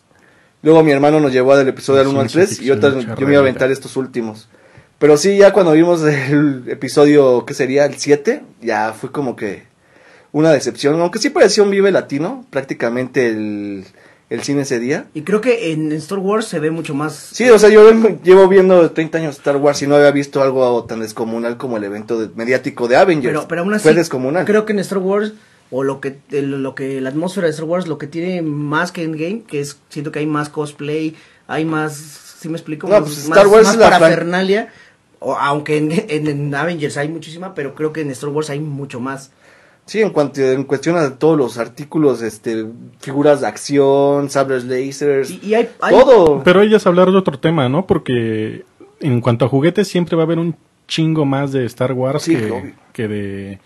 S5: Luego mi hermano nos llevó del episodio del
S3: Sí,
S5: 1 al
S3: sí,
S5: 3
S3: sí,
S5: y otra,
S3: sí,
S5: yo me iba a aventar
S3: realidad.
S5: estos últimos. Pero sí, ya cuando vimos el episodio, que sería? El 7, ya fue como que una decepción. Aunque sí parecía un vive latino, prácticamente el, el cine ese día.
S1: Y creo que en Star Wars se ve mucho más.
S5: Sí, o sea, yo vengo- llevo viendo 30 años Star Wars y no había visto algo tan descomunal como el evento de- mediático de Avengers.
S1: Pero, pero aún así,
S5: Fue descomunal.
S1: creo que en Star Wars, o lo que, el- lo que la atmósfera de Star Wars, lo que tiene más que Endgame, que es, siento que hay más cosplay, hay más, ¿sí me explico?
S5: No,
S1: más,
S5: pues,
S1: más-
S5: Star Wars
S1: más
S5: es la fran-
S1: parafernalia, o, aunque en, en- en Avengers hay muchísima, pero creo que en Star Wars hay mucho más.
S5: Sí, en, cuanto, en cuestión a todos los artículos, este, figuras de acción, sabres lasers,
S1: Y, y hay, hay-
S5: Pues, todo.
S3: Pero ella es hablar de otro tema, ¿no? Porque en cuanto a juguetes siempre va a haber un chingo más de Star Wars
S5: Sí, obvio.
S3: que, que de...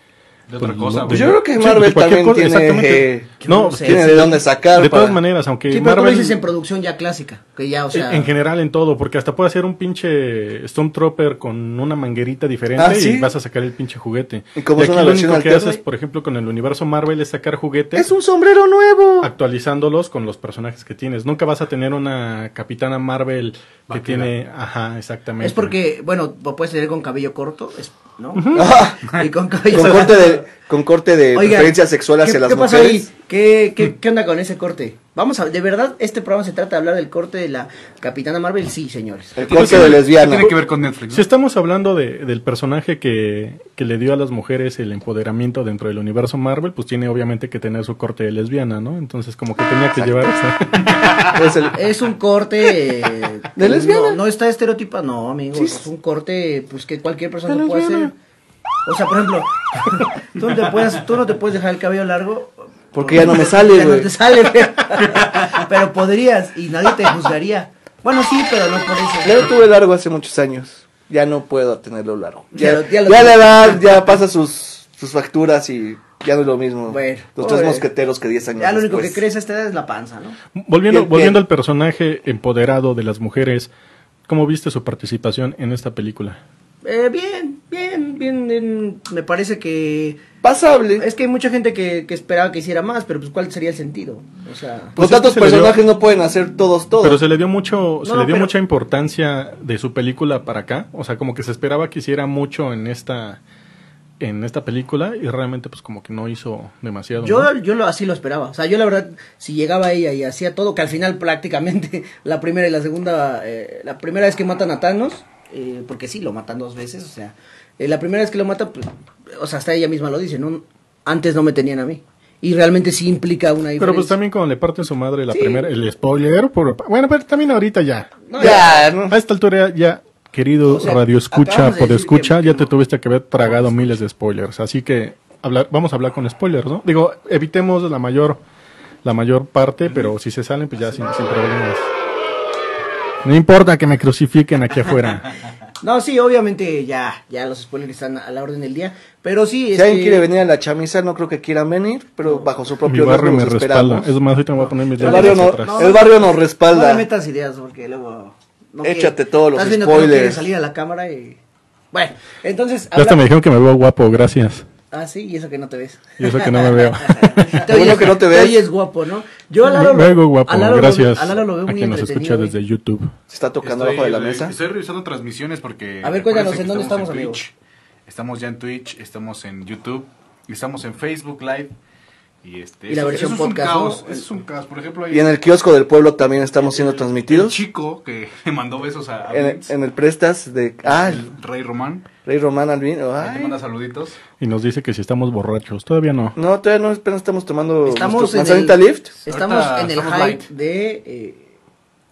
S2: De otra
S3: pues,
S2: cosa,
S3: lo-
S2: güey.
S5: Yo creo que
S3: Sí,
S5: Marvel
S3: de cualquier
S5: también
S3: cosa,
S5: tiene,
S3: exactamente.
S5: eh,
S3: No,
S1: que
S5: tiene
S1: sí.
S5: de dónde sacar.
S3: de todas
S5: para-
S3: maneras, aunque
S1: Sí, pero tú
S3: Marvel...
S1: dices en producción ya clásica, que ya, o sea...
S3: en general en todo, porque hasta puede hacer un pinche Stormtrooper con una manguerita diferente
S5: Ah, ¿sí?
S3: y vas a sacar el pinche juguete.
S5: Y como es una
S3: aquí lo
S5: versión
S3: único que
S5: alterna,
S3: haces, por ejemplo, con el universo Marvel es sacar juguetes
S5: Es un sombrero nuevo.
S3: actualizándolos con los personajes que tienes. Nunca vas a tener una Capitana Marvel que
S2: Vaquera.
S3: tiene, ajá, exactamente.
S1: Es porque, bueno, puedes tener con cabello corto, es- ¿no? y con cabello
S5: Ah, con corte de, con corte de
S1: Oigan,
S5: preferencia sexual Eh, hacia
S1: ¿qué-
S5: las
S1: ¿qué pasó
S5: mujeres.
S1: ahí? ¿Qué, qué, qué onda con ese corte? Vamos a, de verdad, este programa se trata de hablar del corte de la Capitana Marvel, sí, señores.
S5: El
S2: Entonces,
S5: corte de
S2: ¿qué
S5: lesbiana.
S2: Tiene que ver con Netflix.
S3: Si
S2: ¿no?
S3: estamos hablando de- del personaje que, que le dio a las mujeres el empoderamiento dentro del universo Marvel, pues tiene obviamente que tener su corte de lesbiana, ¿no? Entonces como que tenía que llevar...
S5: Es el-
S1: Es un corte eh,
S5: ¿De lesbiana?
S1: No, no está estereotipado, no, amigos.
S5: Sí.
S1: Es un corte pues que cualquier persona
S3: De
S1: puede hacer.
S3: lesbiana.
S1: O sea, por ejemplo, tú no te puedes, tú no te puedes dejar el cabello largo
S5: Porque ya no me sale,
S1: Ya no
S5: güey.
S1: te sale, güey. Pero podrías y nadie te juzgaría. Bueno, sí, pero no por eso.
S5: Ya lo tuve largo hace muchos años. Ya no puedo tenerlo largo.
S1: Ya
S5: Ya,
S1: lo- ya lo
S5: ya la
S1: tienes.
S5: edad ya pasa sus, sus facturas y ya no es lo mismo.
S1: Bueno,
S5: Los tres
S1: pobre.
S5: mosqueteros que 10 años
S1: Ya lo único
S5: después.
S1: que crece a esta edad es la panza, ¿no?
S3: volviendo
S5: Bien,
S3: volviendo
S5: bien.
S3: al personaje empoderado de las mujeres, ¿cómo viste su participación en esta película?
S1: Eh, bien, bien, bien, bien. Me parece que.
S5: Pasable.
S1: Es que hay mucha gente que, que esperaba que hiciera más, pero pues, ¿cuál sería el sentido? O sea.
S5: Los
S3: Pues es
S5: tantos
S3: que se le dio-
S5: personajes no pueden hacer todos todos.
S3: Pero se le dio mucho, se
S1: No,
S3: le dio
S1: pero-
S3: mucha importancia de su película para acá. O sea, como que se esperaba que hiciera mucho en esta, en esta película y realmente pues como que no hizo demasiado. Pues, ¿no?
S1: Yo, yo lo, así lo esperaba. O sea, yo la verdad, si llegaba ella y hacía todo, que al final prácticamente la primera y la segunda, eh, la primera vez que matan a Thanos, eh, porque sí, lo matan dos veces, o sea, eh, la primera vez que lo matan, pues, o sea, hasta ella misma lo dice, ¿no? antes no me tenían a mí. Y realmente sí implica una diferencia.
S3: Pero pues también cuando le parten su madre la primera, el spoiler, por- bueno, pero también ahorita ya.
S1: No,
S5: Ya, ¿no?
S3: A esta altura ya, querido
S1: O sea,
S3: radio escucha,
S1: acabamos de
S3: por
S1: decir
S3: escucha,
S1: que-
S3: ya te tuviste que haber tragado miles de spoilers, así que hablar, vamos a hablar con spoilers, ¿no? Digo, evitemos la mayor la mayor parte, pero si se salen pues ya sin, sin problemas. No importa que me crucifiquen aquí afuera.
S1: No, sí, obviamente ya, ya los spoilers están a la orden del día. Pero sí,
S5: Si
S1: este,
S5: alguien quiere venir a la chamisa, no creo que quieran venir, pero bajo su
S3: Mi
S5: propio
S3: barrio
S5: riesgo
S3: me
S5: los
S3: respalda.
S5: esperamos.
S3: Es más, ahorita me voy a poner mis
S5: El
S1: No,
S5: barrio,
S3: lentes
S1: no,
S3: atrás.
S5: no- el barrio
S1: no
S5: nos
S1: le
S5: respalda.
S1: metas ideas porque luego... no
S5: Échate
S1: quiere-
S5: todos los
S1: estás viendo que no
S5: spoilers.
S1: quiere salir a la cámara y... Bueno, entonces...
S3: Ya hasta
S1: habla-
S3: me dijeron que me veo guapo, gracias.
S1: Ah, sí, y eso que no te ves.
S3: Y eso que no me veo.
S1: Te
S5: Lo bueno
S1: oyes-
S5: que no te ves.
S1: oyes guapo, ¿no? Yo a Lalo,
S3: Me
S1: lo-
S3: veo guapo,
S1: a Lalo lo-
S3: gracias.
S1: a Lalo lo veo
S3: a
S1: muy
S3: quien nos
S1: entretenido,
S3: escucha
S1: ¿eh? güey.
S3: desde YouTube.
S5: Se está tocando
S4: Estoy-
S5: abajo de la mesa.
S4: Estoy revisando transmisiones porque.
S1: A ver, cuéntanos,
S4: acuérdense
S1: ¿en
S4: que
S1: dónde estamos,
S4: en
S1: amigo?
S4: Twitch. Estamos ya en Twitch, estamos en YouTube, estamos en Facebook Live. Y, este,
S1: Y la
S4: eso-
S1: versión
S4: eso es un
S1: podcast,
S4: caos,
S1: ¿no?
S4: eso es un caos. Por ejemplo, hay
S5: Y en el kiosco del pueblo también estamos siendo
S4: el
S5: transmitidos.
S4: chico que le mandó besos a, a
S5: En,
S4: Vince,
S5: en el prestas de. Ah, el
S4: el Rey Román.
S5: Rey Román Alvin.
S4: Ahí te
S5: ay.
S4: manda saluditos.
S3: Y nos dice que si estamos borrachos. Todavía no.
S5: No, todavía no, apenas estamos tomando
S1: Estamos
S5: nuestro
S1: en
S5: manzanita
S1: el,
S5: lift.
S1: estamos
S4: Ahorita
S1: en el
S4: estamos
S1: hype
S4: light.
S1: de eh,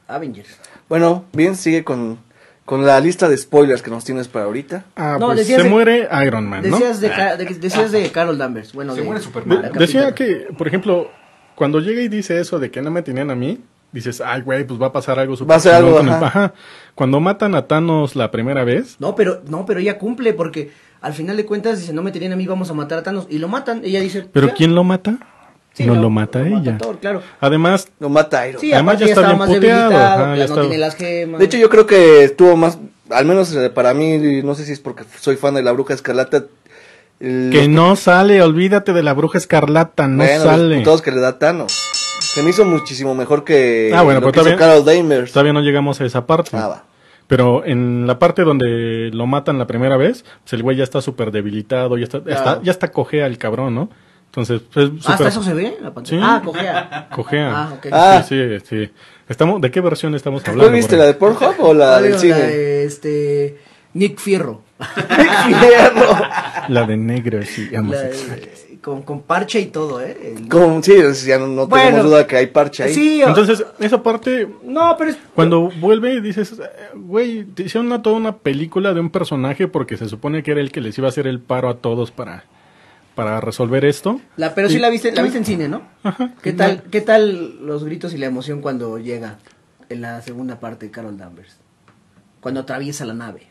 S1: Avengers.
S5: Bueno, bien, sigue con, con la lista de spoilers que nos tienes para ahorita.
S3: Ah,
S1: No,
S3: pues
S1: decías
S3: se
S1: de-
S3: muere Iron Man, ¿no?
S1: Decías, de, Ca- de- decías de Carol Danvers. Bueno,
S4: Se
S1: de-
S4: muere Superman.
S1: la capitana.
S3: Decía que, por ejemplo, cuando llega y dice eso de que no me tenían a mí, dices, ay, güey, pues va a pasar algo
S5: Va a ser
S3: chingón
S5: algo,
S3: con el-
S5: ajá.
S3: ajá. Cuando matan a Thanos la primera vez,
S1: No, pero no, pero ella cumple porque al final de cuentas dice, "No me tenían a mí, vamos a matar a Thanos" y lo matan. Ella dice,
S3: ¿pero
S1: "Ya".
S3: quién lo mata?
S1: Sí,
S3: no, lo mata ella.
S1: Thor, claro.
S3: Además,
S5: Lo mata Iron.
S1: Sí,
S3: Además,
S1: aparte
S3: ya
S1: ya
S3: está
S1: estaba
S3: bien
S1: más
S3: puteado,
S1: debilitada,
S3: ajá,
S1: pues,
S3: ya
S1: no
S3: está-
S1: tiene las gemas.
S5: De hecho, yo creo que estuvo más, al menos eh, para mí, no sé si es porque soy fan de la Bruja Escarlata. el-
S3: que no sale, olvídate de la bruja escarlata, no
S5: bueno, los
S3: sale.
S5: putados que le da Thanos. Se me hizo muchísimo mejor que
S3: Ah, bueno,
S5: lo
S3: pero
S5: que hizo
S3: todavía-
S5: Carol Danvers.
S3: Todavía no llegamos a esa parte.
S5: Ah, va.
S3: Pero en la parte donde lo matan la primera vez, pues el güey ya está súper debilitado, ya está,
S1: Claro.
S3: está- ya está cojea el cabrón, ¿no? Entonces, pues,
S1: Ah,
S3: súper-
S1: hasta eso se ve en la pantalla.
S3: Sí.
S1: Ah, cojea.
S3: cojea.
S1: Ah, ok.
S5: Ah.
S3: Sí, sí, sí. Estamos, ¿De qué versión estamos hablando?
S5: ¿Tú viste
S3: bro?
S5: la de Pornhub o la
S1: Digo,
S5: del cine?
S1: de, este Nick Fierro.
S5: Fierro.
S3: La de negros y
S1: La-
S3: homosexuales.
S1: con, con parche y todo, ¿eh? El-
S5: Como- sí, ya no, no
S1: Bueno.
S5: tenemos duda que hay parche ahí.
S1: Sí, o-
S3: Entonces, esa parte,
S1: no, pero es-
S3: cuando vuelve, dices, eh, güey, te hicieron una, toda una película de un personaje porque se supone que era el que les iba a hacer el paro a todos para, para resolver esto.
S1: la, pero sí
S3: Y-
S1: la viste, la viste en cine, ¿no?
S3: Ajá.
S1: ¿Qué tal, qué tal los gritos y la emoción cuando llega en la segunda parte de Carol Danvers? Cuando atraviesa la nave.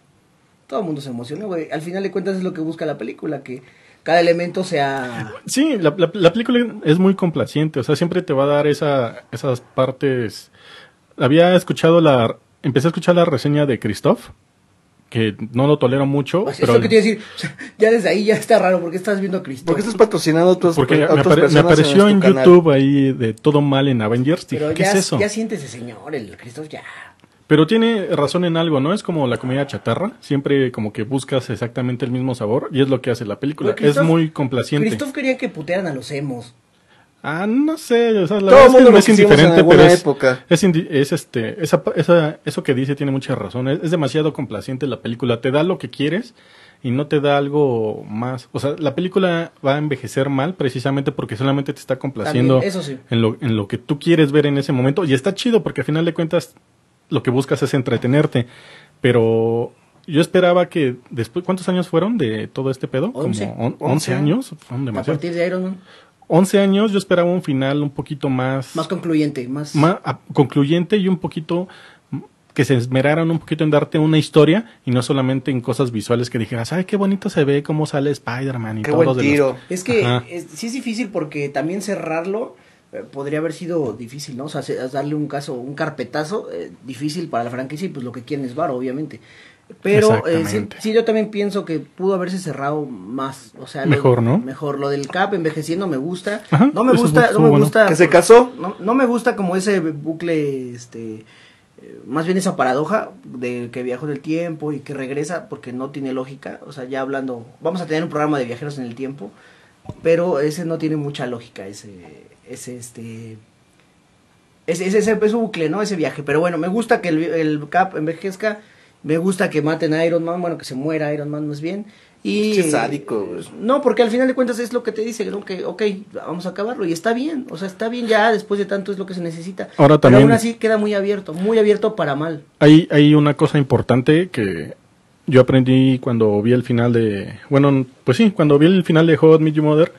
S1: Todo el mundo se emociona, güey. Al final de cuentas es lo que busca la película, que cada elemento sea...
S3: Sí, la, la- la película es muy complaciente, o sea, siempre te va a dar esa, esas partes. Había escuchado la, empecé a escuchar la reseña de Christoph, que no lo tolero mucho,
S1: O sea,
S3: pero
S1: pues, es lo que te iba a decir. O sea, ya desde ahí ya está raro, porque estás viendo a Cristo.
S5: ¿Por qué estás patrocinando a otras,
S3: porque
S5: a
S3: me,
S5: pues, otras
S3: apare- me
S5: personas
S3: apareció en,
S5: nuestro canal?
S3: YouTube ahí de todo mal en Avengers, dije,
S1: Pero
S3: ¿qué
S1: ya,
S3: es eso?
S1: ya sientes ese señor, el Cristo ya...
S3: Pero tiene razón en algo, ¿no? Es como la comida chatarra, siempre como que buscas exactamente el mismo sabor y es lo que hace la película.
S1: Pero
S3: es
S1: Christoph-
S3: muy complaciente.
S1: Christoph quería que putearan a los emos.
S3: Ah, no sé, o sea, la
S5: Todo
S3: verdad es
S5: mundo
S3: que
S5: lo
S3: no es
S5: quisimos en
S3: indiferente,
S5: alguna
S3: pero es,
S5: época.
S3: es, indi- es, este, esa, pa- esa- eso que dice tiene mucha razón, es, es demasiado complaciente la película, te da lo que quieres y no te da algo más, o sea, la película va a envejecer mal precisamente porque solamente te está complaciendo
S1: También, eso sí.
S3: en, lo, en lo que tú quieres ver en ese momento y está chido porque al final de cuentas lo que buscas es entretenerte, pero... Yo esperaba que después, ¿cuántos años fueron de todo este pedo?
S1: Once.
S3: Como on-
S5: Once.
S3: 11 años. Fueron
S1: A
S3: demasiado.
S1: partir de Iron Man.
S3: 11 años yo esperaba un final un poquito más,
S1: Más concluyente, más...
S3: ma- a- concluyente y un poquito mm, que se esmeraran un poquito en darte una historia y no solamente en cosas visuales que dijeras, ay, qué bonito se ve, cómo sale Spider-Man y
S5: Qué
S3: todos
S5: buen
S3: de los-
S5: tiro.
S1: Es que
S3: Ajá.
S1: es- sí es difícil porque también cerrarlo eh, podría haber sido difícil, ¿no? O sea, se- darle un caso, un carpetazo eh, difícil para la franquicia y pues lo que quieren es varo, obviamente. Pero eh, sí,
S3: Exactamente.
S1: sí, yo también pienso que pudo haberse cerrado más, o sea, lo-
S3: Mejor, ¿no?
S1: Mejor lo del Cap envejeciendo me gusta.
S3: Ajá,
S1: no me
S3: eso
S1: gusta,
S3: estuvo
S1: no me
S3: bueno.
S1: gusta
S5: Que se casó.
S1: no, no me gusta como ese bucle este eh, más bien esa paradoja de que viajó en el tiempo y que regresa porque no tiene lógica, o sea, ya hablando, vamos a tener un programa de viajeros en el tiempo, pero ese no tiene mucha lógica, ese, ese, este, ese, ese, ese, ese bucle, ¿no? Ese viaje, pero bueno, me gusta que el, el Cap envejezca, me gusta que maten a Iron Man, bueno, que se muera Iron Man más bien, y,
S5: Qué sádico, güey.
S1: No, porque al final de cuentas es lo que te dice, creo que, ok, vamos a acabarlo. Y está bien, o sea, está bien ya, después de tanto es lo que se necesita.
S3: Ahora
S1: Pero
S3: también-
S1: aún así queda muy abierto, muy abierto para mal.
S3: Hay, hay una cosa importante que yo aprendí cuando vi el final de. Bueno, pues sí, cuando vi el final de How I Met Your Mother.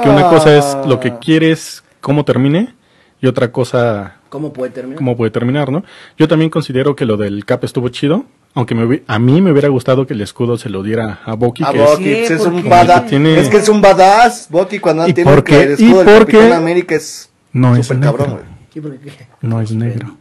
S3: Que una cosa es lo que
S5: Ah.
S3: quieres, cómo termine. Y otra cosa,
S1: ¿Cómo puede terminar?
S3: cómo puede terminar, ¿no? Yo también considero que lo del Cap estuvo chido. Aunque me hubi- a mí me hubiera gustado que el escudo se lo diera a Bucky.
S5: A
S3: que
S5: Bucky,
S1: Sí,
S5: pues, es
S1: ¿por
S5: un
S1: qué?
S5: badass.
S3: Tiene-
S5: Es que es un badass. Bucky cuando
S3: ¿Y
S5: tiene
S3: por qué?
S5: el
S3: ¿Y
S5: escudo del
S3: por qué?
S5: Capitán América es
S3: No es
S5: súper
S3: negro.
S5: cabrón, güey.
S1: Sí, porque-
S3: No es negro.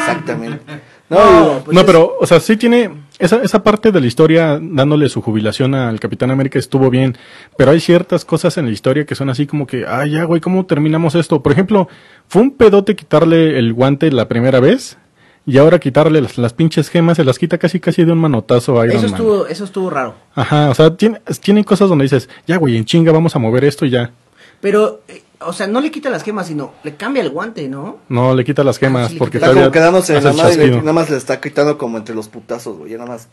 S5: Exactamente.
S1: No,
S5: No,
S1: pues
S3: no,
S1: es-
S3: pero, o sea, sí tiene esa, esa parte de la historia dándole su jubilación al Capitán América estuvo bien, pero hay ciertas cosas en la historia que son así como que, ay, ya, güey, ¿cómo terminamos esto? Por ejemplo, fue un pedote quitarle el guante la primera vez y ahora quitarle las, las pinches gemas se las quita casi casi de un manotazo a Iron
S1: Eso
S3: Man.
S1: estuvo, eso estuvo raro.
S3: Ajá, o sea, tiene, tiene cosas donde dices, ya, güey, en chinga vamos a mover esto y ya.
S1: Pero, eh, o sea, no le quita las gemas, sino le cambia el guante, ¿no?
S3: No, le quita las gemas
S1: Ah, sí, le
S3: porque
S1: quita.
S5: está como
S3: todavía
S5: quedándose en
S3: hace
S5: la
S3: el
S5: madre y le-
S3: chasquido.
S5: nada más le está quitando como entre los putazos, güey. ya Nada más.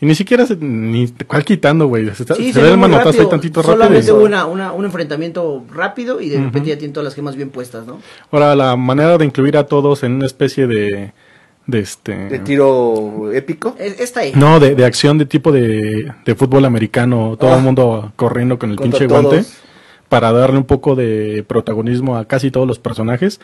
S3: Y ni siquiera, se- ni, ¿cuál quitando, güey? Se, está-
S1: Sí,
S3: se
S1: se
S3: ve
S1: ve
S3: el
S1: muy
S3: manotazo
S1: rápido.
S3: ahí tantito rápido. y-
S1: Solamente hubo una, una- un enfrentamiento rápido y de repente ya tiene todas las gemas bien puestas, ¿no?
S3: Ahora, la manera de incluir a todos en una especie de. de este.
S5: De tiro épico.
S1: Es- Está ahí.
S3: No, de, de acción de tipo de, de fútbol americano, todo
S5: Ah.
S3: el mundo corriendo con el
S5: Contra
S3: pinche
S5: todos.
S3: guante, para darle un poco de protagonismo a casi todos los personajes.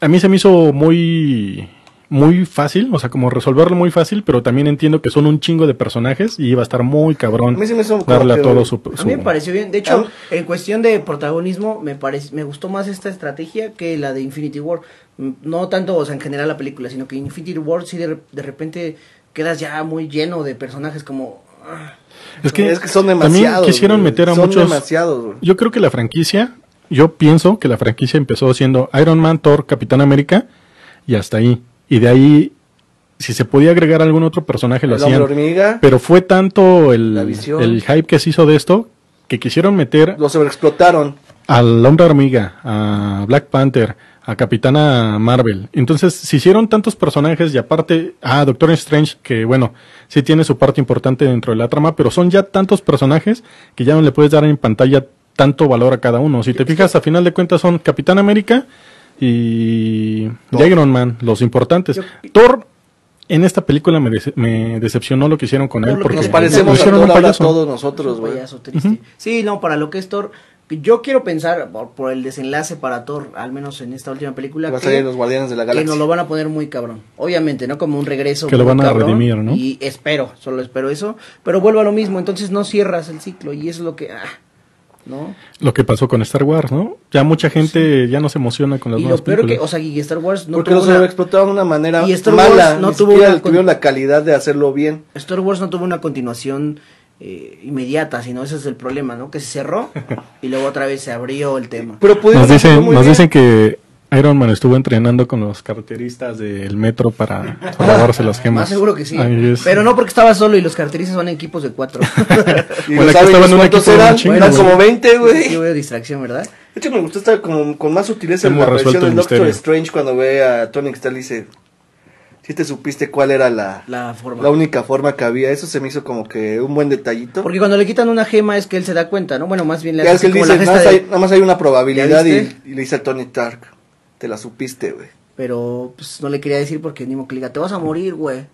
S3: A mí se me hizo muy. muy fácil, o sea, como resolverlo muy fácil, pero también entiendo que son un chingo de personajes y iba a estar muy cabrón
S5: A mí se me hizo como
S3: darle a
S5: que-
S3: todos su.
S1: A mí me
S3: su-
S1: pareció bien. De
S5: Ah.
S1: hecho, en cuestión de protagonismo, me parece, me gustó más esta estrategia que la de Infinity War. Mm, No tanto, o sea, en general la película, sino que Infinity War sí de, re- de repente quedas ya muy lleno de personajes como... ah,
S3: Es que,
S5: es que son
S3: También
S5: demasiados.
S3: quisieron
S5: güey.
S3: meter a
S5: son
S3: muchos.
S5: demasiados, güey.
S3: Yo creo que la franquicia, yo pienso que la franquicia empezó siendo Iron Man, Thor, Capitán América y hasta ahí. Y de ahí, si se podía agregar algún otro personaje, lo
S5: El hombre
S3: hacían.
S5: hormiga.
S3: Pero fue tanto el,
S5: La visión.
S3: el hype que se hizo de esto que quisieron meter
S5: Lo sobreexplotaron.
S3: al hombre hormiga, a Black Panther, a Capitana Marvel. Entonces, se hicieron tantos personajes y aparte, ah, Doctor Strange, que bueno, sí tiene su parte importante dentro de la trama, pero son ya tantos personajes que ya no le puedes dar en pantalla tanto valor a cada uno. Si te fijas, a final de cuentas son Capitán América y y Iron Man, los importantes. Thor, en esta película me, dece- me decepcionó lo que hicieron con
S1: Por
S3: él
S1: lo que
S3: porque
S1: nos
S5: Nos
S1: Sí.
S3: lo
S5: parecemos a
S3: hicieron un
S5: Thor ahora
S3: payaso.
S5: todos
S1: es
S5: nosotros,
S1: un
S5: güey.
S1: payaso triste. Sí, no, para lo que es Thor, yo quiero pensar por, por el desenlace para Thor, al menos en esta última película,
S5: Va a
S1: que,
S5: salir los Guardianes de la
S1: que
S5: Galaxia.
S1: nos lo van a poner muy cabrón. Obviamente, ¿no? Como un regreso.
S3: Que lo
S1: muy
S3: van a
S1: cabrón,
S3: redimir, ¿no?
S1: Y espero, solo espero eso. Pero vuelvo a lo mismo, entonces no cierras el ciclo y eso es lo que... ah, ¿No?
S3: lo que pasó con Star Wars, ¿no? Ya mucha gente ya no se emociona con las
S1: y
S3: nuevas
S1: lo peor que,
S3: películas.
S1: o sea, y Star Wars no
S5: Porque
S1: tuvo
S5: lo
S1: una-
S5: sobreexplotaron de una manera
S1: Y Star Wars
S5: mala.
S1: no
S5: ni
S1: tuvo
S5: siquiera
S1: una con-
S5: tuvieron la calidad de hacerlo bien.
S1: Star Wars no tuvo una continuación eh, inmediata, sino ese es el problema, ¿no? Que se cerró y luego otra vez se abrió el tema.
S5: Pero pudieron
S3: nos
S5: hacerlo
S3: dicen,
S5: muy
S3: nos
S5: bien.
S3: dicen que Iron Man estuvo entrenando con los carteristas del metro para robarse las gemas.
S1: Más seguro que sí. ¿eh?
S3: Ahí es.
S1: Pero no porque estaba solo y los caracteristas son en equipos de cuatro.
S5: Y
S3: Bueno, aquí
S5: no saben
S3: estaban
S5: ni
S3: un
S5: cuántos
S3: equipo de un
S5: eran,
S3: chingo,
S5: eran
S3: güey.
S5: como 20, güey.
S1: sí veo distracción, ¿verdad?
S5: De hecho, me gustó estar como, con más sutileza en
S3: Hemos
S5: la versión
S3: resuelto
S5: del
S3: el
S5: Doctor
S3: misterio.
S5: Strange cuando ve a Tony Stark y dice: Si te supiste cuál era la, la,
S1: La forma.
S5: única forma que había, eso se me hizo como que un buen detallito.
S1: Porque cuando le quitan una gema es que él se da cuenta, ¿no? Bueno, más bien le
S5: ya
S1: hace
S5: es que él
S1: así como
S5: dice:
S1: la
S5: nada,
S1: gesta
S5: más
S1: de-
S5: hay, nada más hay una probabilidad y,
S1: ¿Ya viste?
S5: y le dice a Tony Stark: Te la supiste, güey.
S1: Pero pues, no le quería decir porque ni modo que le diga, te vas a morir, güey.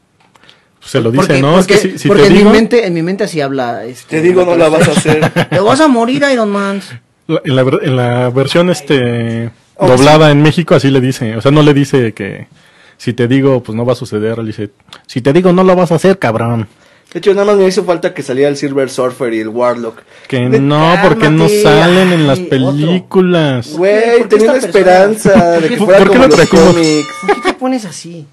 S3: se lo
S1: Porque-
S3: dice, no,
S1: porque,
S3: es que si, si
S1: porque
S3: te
S1: en,
S3: digo,
S1: mi mente, en mi mente así habla. este,
S5: Te digo, no la vas a hacer.
S1: Te vas a morir, Iron Man.
S3: la- en, la, ver- en la versión este
S5: Oh,
S3: doblada en México así le dice, o sea, no le dice que si te digo, pues no va a suceder, le dice, si te digo no lo vas a hacer, cabrón.
S5: De hecho, nada más me hizo falta que saliera el Silver Surfer y el Warlock.
S3: Que
S5: De-
S3: no, porque no
S1: cálmate,
S3: salen en las
S1: ay, otro.
S3: películas.
S1: ¿Por qué
S5: Güey,
S1: esta
S5: tenía una
S1: persona?
S5: esperanza de que
S3: ¿Por
S5: fuera
S3: qué
S5: como
S3: lo
S5: los
S3: trajimos?
S5: cómics.
S1: ¿Por qué te pones así?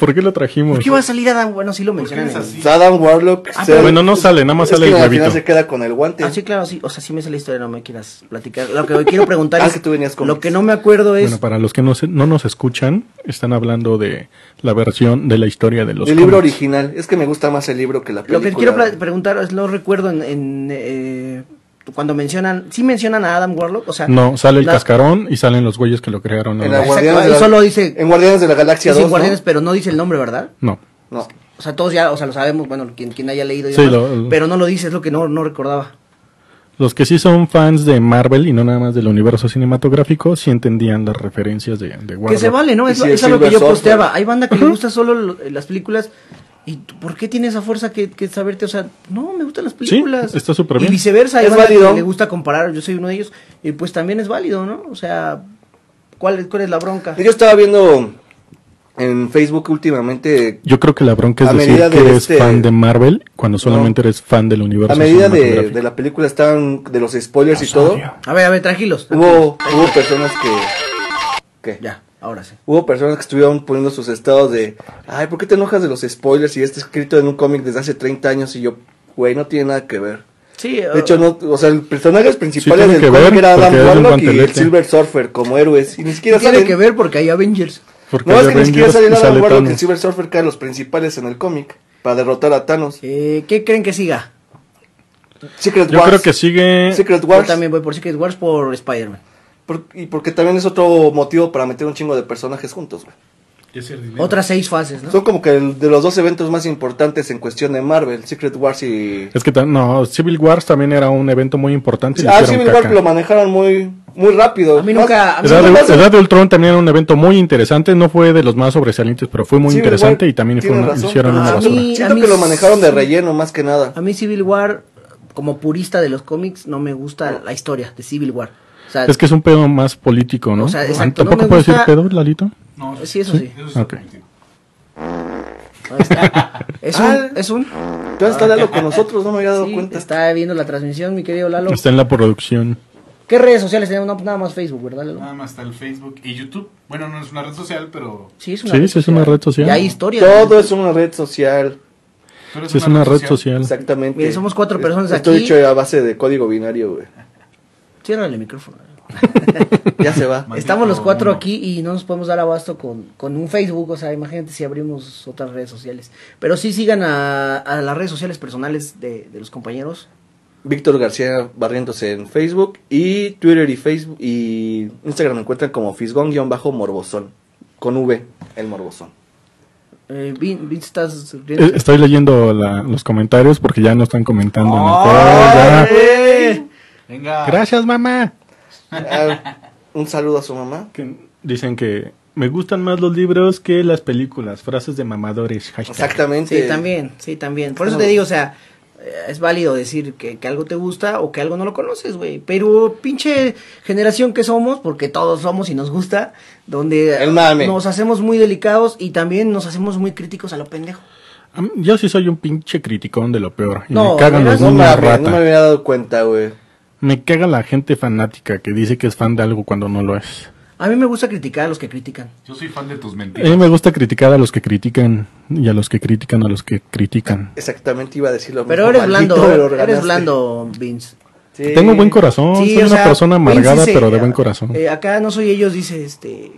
S3: ¿Por qué lo trajimos?
S1: ¿Por qué iba a salir Adam? Bueno, sí lo mencionan.
S2: es
S1: en-
S2: así?
S5: Adam Warlock.
S1: Ah,
S5: se-
S3: Bueno, no sale, nada más
S5: es
S3: sale
S5: que
S3: el
S5: al final
S3: huevito.
S5: se queda con el guante.
S1: Ah, sí, claro, sí. O sea, sí me sé la historia, no me quieras platicar. Lo que hoy quiero preguntar
S5: Ah,
S1: es.
S5: que tú venías con-
S1: Lo que no me acuerdo es.
S3: Bueno, para los que no, se- no nos escuchan, están hablando de la versión de la historia de los
S5: el libro
S3: cómics.
S5: original. Es que me gusta más el libro que la
S1: lo
S5: película.
S1: que quiero pla- preguntar es, no recuerdo en. en, eh, cuando mencionan. Sí mencionan a Adam Warlock, o sea.
S3: No, sale el
S1: la-
S3: cascarón y salen los güeyes que lo crearon.
S5: En
S3: ¿no?
S5: la
S1: Exacto,
S5: Guardianes
S1: ahí
S5: de la-
S1: solo dice-
S5: En Guardianes de la Galaxia
S1: Sí, sí,
S5: 2. ¿no?
S1: Guardianes, pero no dice el nombre, ¿verdad?
S3: No.
S5: No.
S1: O sea, todos ya, o sea, lo sabemos, bueno, quien, quien haya leído y
S3: Sí,
S1: demás,
S3: lo-
S1: pero no lo dice, es lo que no, no recordaba.
S3: Los que sí son fans de Marvel y no nada más del universo cinematográfico, sí entendían las referencias de, de Warlock.
S1: Que se vale, ¿no?
S5: Y
S1: Es,
S5: si
S1: lo-
S5: el
S1: es algo que yo
S5: Silver Surfer.
S1: posteaba. Hay banda que le gusta solo lo- eh, las películas. ¿Y tú, por qué tiene esa fuerza que, que saberte? O sea, no, me gustan las películas.
S3: está súper bien.
S1: Y viceversa, hay
S5: Es
S1: banda que
S5: válido.
S1: le gusta comparar. Yo soy uno de ellos. Y pues también es válido, ¿no? O sea, ¿cuál, es- cuál es la bronca?
S5: Yo estaba viendo en Facebook últimamente.
S3: Yo creo que la bronca es
S5: A
S3: decir
S5: medida de
S3: que eres
S5: este-
S3: fan de Marvel cuando solamente
S5: No.
S3: eres fan del universo
S5: A medida de,
S3: cinematográfico.
S5: de la película estaban de los spoilers y
S3: Los
S5: todo.
S3: odio.
S1: A ver, a ver, tranquilos.
S5: Hubo, hubo personas que. ¿Qué?
S1: Ya, ahora sí.
S5: Hubo personas que estuvieron poniendo sus estados de, ay, ¿por qué te enojas de los spoilers si está escrito en un cómic desde hace 30 años y yo, güey, no tiene nada que ver?
S1: Sí, eh,
S5: De hecho, no, o sea, los personajes principales
S3: tiene
S5: del
S3: que
S5: cómic
S3: ver,
S5: era Adam
S3: porque es un
S5: Warlock y el
S3: guantelete.
S5: Silver Surfer como héroes. Y ni siquiera
S1: tiene
S5: salen.
S1: que ver porque hay Avengers.
S3: Porque
S5: No, es
S3: de
S5: que ni siquiera
S3: Avengers
S5: salen Adam
S3: sale
S5: Warlock y el
S3: Thanos.
S5: Silver Surfer que eran los principales en el cómic para derrotar a Thanos.
S1: Eh, ¿Qué creen que siga?
S5: Secret
S3: Yo
S5: Wars.
S3: creo que sigue...
S5: Secret
S1: Yo
S5: Wars.
S1: también voy por Secret Wars por Spider-Man.
S5: Por- y porque también es otro motivo para meter un chingo de personajes juntos, güey.
S2: Ya es el dinero.
S1: Otras seis fases, ¿no?
S5: Son como que el- de los dos eventos más importantes en cuestión de Marvel, Secret Wars y
S3: Es que ta- no, Civil Wars también era un evento muy importante. y le
S5: Ah,
S3: hicieron
S5: Civil War
S3: caca.
S5: lo manejaron muy, muy rápido.
S1: A mí nunca- a mí
S3: Edad
S1: nunca
S3: de, Edad de Ultron también era un evento muy interesante, no fue de los más sobresalientes, pero fue muy
S5: Civil
S3: interesante
S5: War,
S3: y también fue
S5: tienes
S3: una-
S5: razón.
S3: hicieron
S1: Ah,
S3: una
S1: a
S3: basura.
S1: mí-
S5: Siento que lo manejaron de relleno más que nada.
S1: A mí Civil War, como purista de los cómics, no me gusta la historia de Civil War. O sea,
S3: Es que es un pedo más político, ¿no?
S1: O sea,
S3: Ah,
S1: exacto, no
S3: ¿Tampoco
S1: me
S3: puedo decir
S1: gusta-
S3: pedo, Lalito?
S2: No,
S1: sí, eso sí.
S2: eso está
S3: Ok.
S2: permitido.
S1: Ahí está. Es
S5: Ah.
S1: un, es un
S5: Tú has estado hablando con nosotros, no me había dado
S1: sí,
S5: cuenta.
S1: está viendo la transmisión, mi querido Lalo.
S3: Está en la producción.
S1: ¿Qué redes sociales tenemos? No, pues nada más Facebook, ¿verdad, Lalo?
S2: Nada más está el Facebook y YouTube. Bueno, no es una red social, pero.
S1: Sí, es
S3: Sí, sí, es una red social.
S1: Y hay historias.
S5: Todo es una red social.
S2: pero
S3: Sí, es una red social.
S5: Exactamente.
S1: Mire, somos cuatro personas
S5: Estoy
S1: aquí.
S5: hecho a base de código binario, güey.
S1: Ciérrale el micrófono.
S5: Ya se va.
S2: Maldito
S1: Estamos los cuatro
S2: uno.
S1: aquí y no nos podemos dar abasto con, con un Facebook, o sea, imagínate si abrimos otras redes sociales. Pero sí sigan a, a las redes sociales personales de, de los compañeros.
S5: Víctor García barriéndose en Facebook y Twitter y Facebook y Instagram me encuentran como fisgón-morbosón. Con V, el morbosón.
S1: Eh, Vin, Vin, ¿estás riendo?
S3: Eh, Estoy leyendo la- los comentarios porque ya no están comentando. en el
S2: ¡Ay!
S3: chat, Ah, ya.
S2: Venga.
S3: Gracias, mamá.
S5: Ah, un saludo a su mamá.
S3: Que dicen que me gustan más los libros que las películas. Frases de mamadores. hashtag.
S5: Exactamente.
S1: Sí, también, sí, también. Por eso
S5: Claro.
S1: te digo, o sea, eh, es válido decir que, que algo te gusta o que algo no lo conoces, güey. Pero pinche generación que somos, porque todos somos y nos gusta, donde
S5: El mame.
S1: nos hacemos muy delicados y también nos hacemos muy críticos a lo pendejo.
S3: A mí- Yo sí soy un pinche criticón de lo peor. Y
S1: No,
S3: me cagan
S1: ¿verdad?
S3: los
S5: No me,
S3: niños
S5: había-
S3: Pues rata.
S5: no me había dado cuenta, güey.
S3: Me caga la gente fanática que dice que es fan de algo cuando no lo es.
S1: A mí me gusta criticar a los que critican.
S2: Yo soy fan de tus
S3: A mí
S2: mentiras.
S3: Eh, me gusta criticar a los que critican y a los que critican a los que critican.
S5: Exactamente iba a decir lo
S1: Pero
S5: mismo.
S1: eres
S5: Pues maldito,
S1: blando,
S5: pero
S1: eres
S5: ganaste.
S1: blando, Vince.
S5: Sí.
S3: Tengo buen corazón,
S1: Sí,
S3: soy
S1: o
S3: una
S1: sea,
S3: persona
S1: Vince
S3: amargada,
S1: dice,
S3: pero de buen
S1: eh,
S3: corazón.
S1: eh, acá no soy ellos, dice este.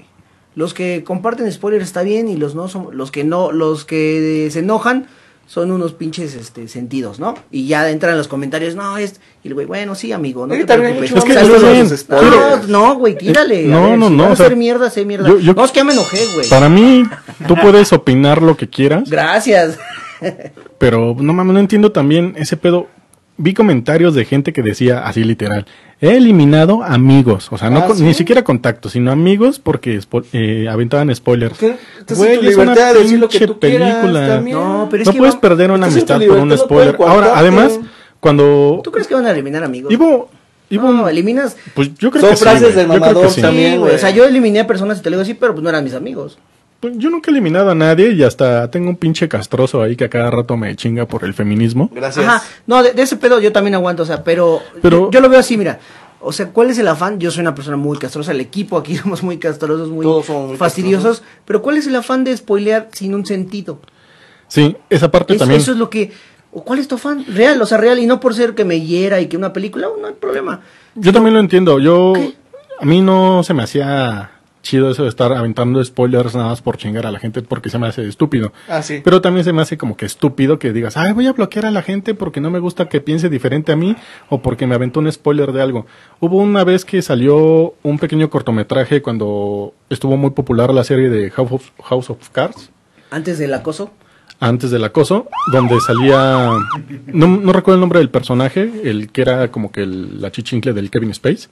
S1: Los que comparten spoilers está bien y los no son, los que no, los que se enojan son unos pinches este sentidos, ¿no? Y ya entran los comentarios, no, es, y el güey, bueno, sí, amigo, no
S5: Es
S1: te
S5: que también
S1: preocupes.
S5: hay
S3: Es
S5: mucho
S3: que
S5: mamón
S3: está
S5: con
S3: bien,
S5: los spoilers.
S1: No, no, güey, tírale.
S3: Eh,
S1: a
S3: no,
S1: ver,
S3: no,
S1: si
S3: no,
S1: vas a
S3: o sea,
S1: hacer mierda, sé mierda.
S3: yo- yo-
S1: no, es que ya me enojé, güey.
S3: Para mí, tú puedes opinar lo que quieras,
S1: Gracias.
S3: pero no mames, no entiendo también ese pedo. Vi comentarios de gente que decía así literal, he eliminado amigos, o sea, no
S5: Ah,
S3: con-
S5: ¿sí?
S3: ni siquiera contactos, sino amigos porque spo- eh, aventaban spoilers.
S5: Tienes- estás en
S3: Güey,
S5: tu
S3: es una
S5: libertad de decir lo que
S3: pinche
S5: tú quieras, también.
S1: No, pero es
S3: no
S1: que
S3: puedes
S1: va-
S3: perder una
S5: estás en tu
S3: amistad por un
S5: libertad, no puedes
S3: spoiler. Ahora,
S5: guardarte.
S3: además, cuando
S1: ¿Tú crees que van a eliminar amigos?
S3: Ivo, Ivo,
S1: no, eliminas.
S3: pues yo creo
S5: Son
S3: que sí, güey,
S5: frases del
S3: yo creo que
S5: mamador
S3: sí.
S5: también.
S1: Sí, güey.
S5: güey.
S1: O sea, yo eliminé a personas y te lo digo así, pero pues no eran mis amigos.
S3: Pues yo nunca he eliminado a nadie y hasta tengo un pinche castroso ahí que a cada rato me chinga por el feminismo.
S5: Gracias.
S1: Ajá, no, de, de ese pedo yo también aguanto, o sea, pero,
S3: Pero-
S1: yo, yo lo veo así, mira. O sea, ¿cuál es el afán? Yo soy una persona muy castrosa, el equipo aquí somos muy castrosos, muy
S5: Todos somos muy
S1: fastidiosos, pero ¿cuál es el afán de spoilear sin un sentido?
S3: Sí, esa parte
S1: Eso-
S3: también.
S1: Eso es lo que... ¿o ¿Cuál es tu afán? Real, o sea, real, y no por ser que me hiera y que una película, oh, no hay problema.
S3: Yo también lo entiendo. Yo
S1: ¿Qué?
S3: a mí no se me hacía chido eso de estar aventando spoilers nada más por chingar a la gente porque se me hace estúpido.
S5: Ah, sí.
S3: Pero también se me hace como que estúpido que digas, ay, voy a bloquear a la gente porque no me gusta que piense diferente a mí o porque me aventó un spoiler de algo. Hubo una vez que salió un pequeño cortometraje cuando estuvo muy popular la serie de House of, House of Cards
S1: Antes del acoso,
S3: antes del acoso, donde salía, no, no recuerdo el nombre del personaje, el que era como que el- la chichincle del Kevin Space,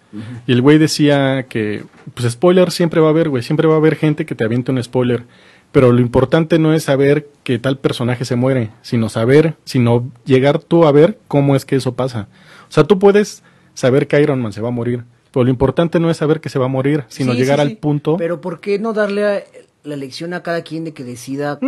S3: y el güey decía que, pues spoiler siempre va a haber, güey, siempre va a haber gente que te aviente un spoiler, pero lo importante no es saber que tal personaje se muere, sino saber, sino llegar tú a ver cómo es que eso pasa. O sea, tú puedes saber que Iron Man se va a morir, pero lo importante no es saber que se va a morir, sino
S1: Sí,
S3: llegar
S1: sí,
S3: al
S1: sí.
S3: punto.
S1: Pero ¿por qué no darle a- la lección a cada quien de que decida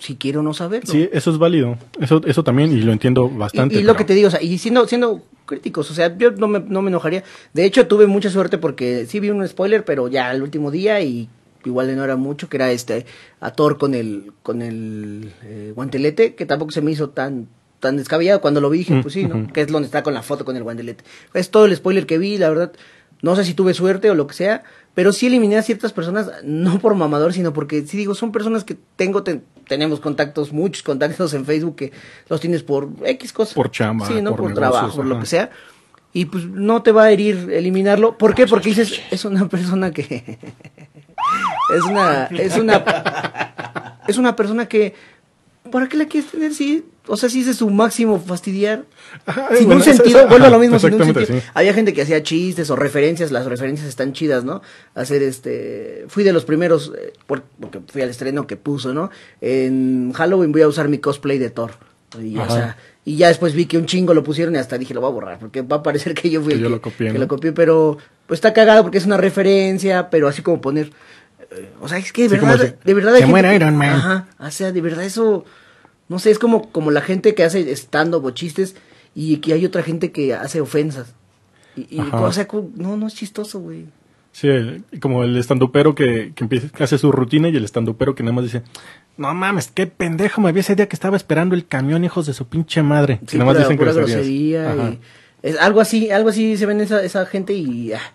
S1: si quiere o no saberlo?
S3: Mm. Sí, eso es válido. Eso, eso también, y lo entiendo bastante.
S1: Y, y lo
S3: pero-
S1: que te digo, o sea, y siendo, siendo críticos, o sea, yo no me, no me enojaría. De hecho, tuve mucha suerte porque sí vi un spoiler, pero ya el último día y igual no era mucho, que era este a Thor con el, con el eh, guantelete, que tampoco se me hizo tan tan descabellado. Cuando lo vi dije,
S3: Mm,
S1: pues sí, ¿no?
S3: ujú.
S1: Que es donde está con la foto con el guantelete. Es todo el spoiler que vi, la verdad. No sé si tuve suerte o lo que sea, pero sí eliminé a ciertas personas, no por mamador, sino porque sí digo, son personas que tengo, te- tenemos contactos, muchos contactos en Facebook que los tienes por X cosas.
S3: Por chamba,
S1: Sí, no
S3: por
S1: por,
S3: negocios,
S1: trabajo, por lo
S3: ajá.
S1: que sea. Y pues no te va a herir eliminarlo. ¿Por qué? Porque dices, es una persona que. es una. Es una. Es una persona que. ¿Para qué la quieres tener? Sí. O sea, sí ese es su máximo fastidiar.
S3: Ajá,
S1: sin
S3: bueno,
S1: un
S3: eso-
S1: sentido,
S3: eso-
S1: vuelvo a
S3: ajá,
S1: lo mismo, sin un
S3: exactamente,
S1: sentido.
S3: sí.
S1: Había gente que hacía chistes o referencias, las referencias están chidas, ¿no? Hacer este, fui de los primeros, eh, por- porque fui al estreno que puso, ¿no? En Halloween voy a usar mi cosplay de Thor. Y, o
S3: Ajá.
S1: sea, y ya después vi que un chingo lo pusieron y hasta dije, lo voy a borrar, porque va a parecer que yo fui
S3: Que
S1: el
S3: yo lo copié,
S1: que
S3: ¿no?
S1: lo copié, pero pues está cagado porque es una referencia, pero así como poner, eh, o sea, es que de
S3: Sí, como
S1: verdad,
S3: si-
S1: de verdad...
S3: se
S1: hay gente
S3: muere
S1: que-
S3: Iron Man.
S1: Ajá, o sea, de verdad eso, no sé, es como, como la gente que hace estando o chistes y que hay otra gente que hace ofensas. Y, y,
S3: Ajá.
S1: o sea, cu- no, no es chistoso, güey.
S3: Sí, el- como el estandupero que, que empieza, que hace su rutina y el estandupero que nada más dice, no mames, qué pendejo me había ese día que estaba esperando el camión, hijos de su pinche madre.
S1: Sí,
S3: que nada más
S1: pura,
S3: dicen
S1: pura
S3: groserías.
S1: grosería
S3: Ajá.
S1: y es algo así, algo así se ven esa, esa gente y ah,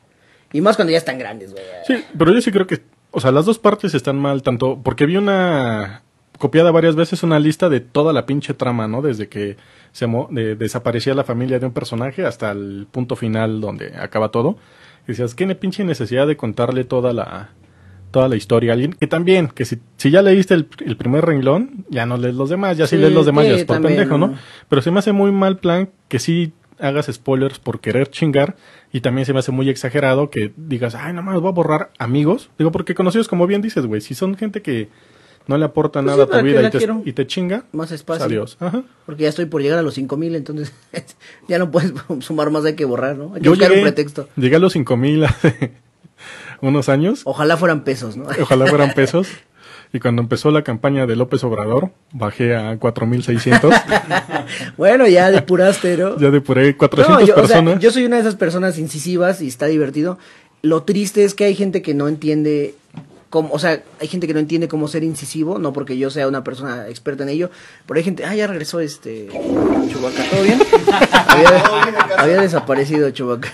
S1: y más cuando ya están grandes, güey.
S3: Sí, pero yo sí creo que, o sea, las dos partes están mal, tanto porque vi una copiada varias veces una lista de toda la pinche trama, ¿no? Desde que se mo- de- desaparecía la familia de un personaje hasta el punto final donde acaba todo. Y decías, ¿qué ne- pinche necesidad de contarle toda la toda la historia a alguien? Que también, que si, si ya leíste el, el primer renglón, ya no lees los demás, ya si
S1: Sí,
S3: lees los demás
S1: sí,
S3: ya es por
S1: también,
S3: pendejo, ¿no?
S1: ¿no?
S3: Pero se me hace muy mal plan que sí hagas spoilers por querer chingar y también se me hace muy exagerado que digas, ay, no mames, voy a borrar amigos. Digo, porque conocidos, como bien dices, güey, si son gente que no le aporta
S1: Pues sí,
S3: nada a
S1: ¿para
S3: tu
S1: qué
S3: vida
S1: la
S3: y te,
S1: quiero?
S3: y te chinga,
S1: Más
S3: pues,
S1: espacio.
S3: adiós. Ajá.
S1: Porque ya estoy por llegar a los 5000, entonces ya no puedes sumar más, hay que borrar, ¿no? Hay que
S3: Yo
S1: buscar
S3: llegué,
S1: un pretexto.
S3: llegué a los 5000 hace unos años,
S1: Ojalá fueran pesos, ¿no?
S3: ojalá fueran pesos. Y cuando empezó la campaña de López Obrador, bajé a 4600.
S1: bueno, ya depuraste, ¿no?
S3: ya depuré
S1: No,
S3: 400
S1: yo, o sea,
S3: personas.
S1: yo soy una de esas personas incisivas y está divertido. Lo triste es que hay gente que no entiende cómo, o sea, hay gente que no entiende cómo ser incisivo, no porque yo sea una persona experta en ello, pero hay gente, ah, ya regresó este Chubaca, ¿todo bien? había, había desaparecido Chubaca.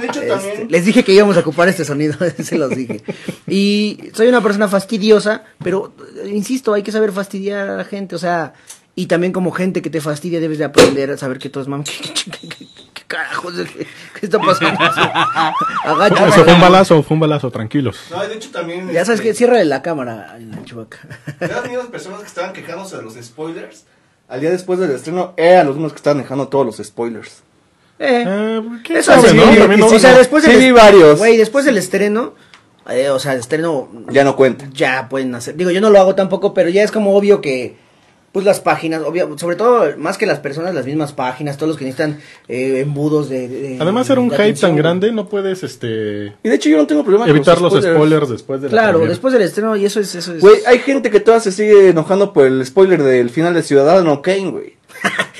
S5: de hecho,
S1: Este, les dije que íbamos a ocupar este sonido, se los dije. Y soy una persona fastidiosa, pero eh, insisto, hay que saber fastidiar a la gente, o sea, y también como gente que te fastidia debes de aprender a saber que todo es mami. ¿Qué, qué- qué- qué carajos es- ¿Qué está pasando? Agáchate.
S3: Eso fue un balazo, fue un balazo, tranquilos.
S6: No, y de hecho también.
S1: Ya sabes que
S6: este,
S1: cierra la cámara, al Chubaca.
S6: ya las mismas personas que estaban quejándose de los spoilers.
S5: Al día después del estreno, eran los mismos que estaban dejando todos los spoilers.
S1: Eh.
S3: Eh, ¿Quién
S1: Eso
S3: sabe,
S1: sí,
S3: no?
S1: sí,
S3: También no-
S1: o sea, después
S5: Sí,
S1: del
S5: vi
S1: est-
S5: varios.
S1: Güey, después del estreno, eh, o sea, el estreno
S5: Ya no cuenta.
S1: ya pueden hacer. Digo, yo no lo hago tampoco, pero ya es como obvio que pues las páginas, obvio, sobre todo más que las personas, las mismas páginas, todos los que necesitan eh, embudos de, de-
S3: Además era un
S1: de
S3: hype
S1: atención. pues,
S3: tan grande, no puedes este
S5: Y de hecho, yo no tengo problema
S3: evitar los spoilers después de la
S1: Claro,
S3: premiere.
S1: después del estreno y eso es eso es.
S5: Güey, hay gente que todavía se sigue enojando por el spoiler del final de Ciudadano Kane, güey.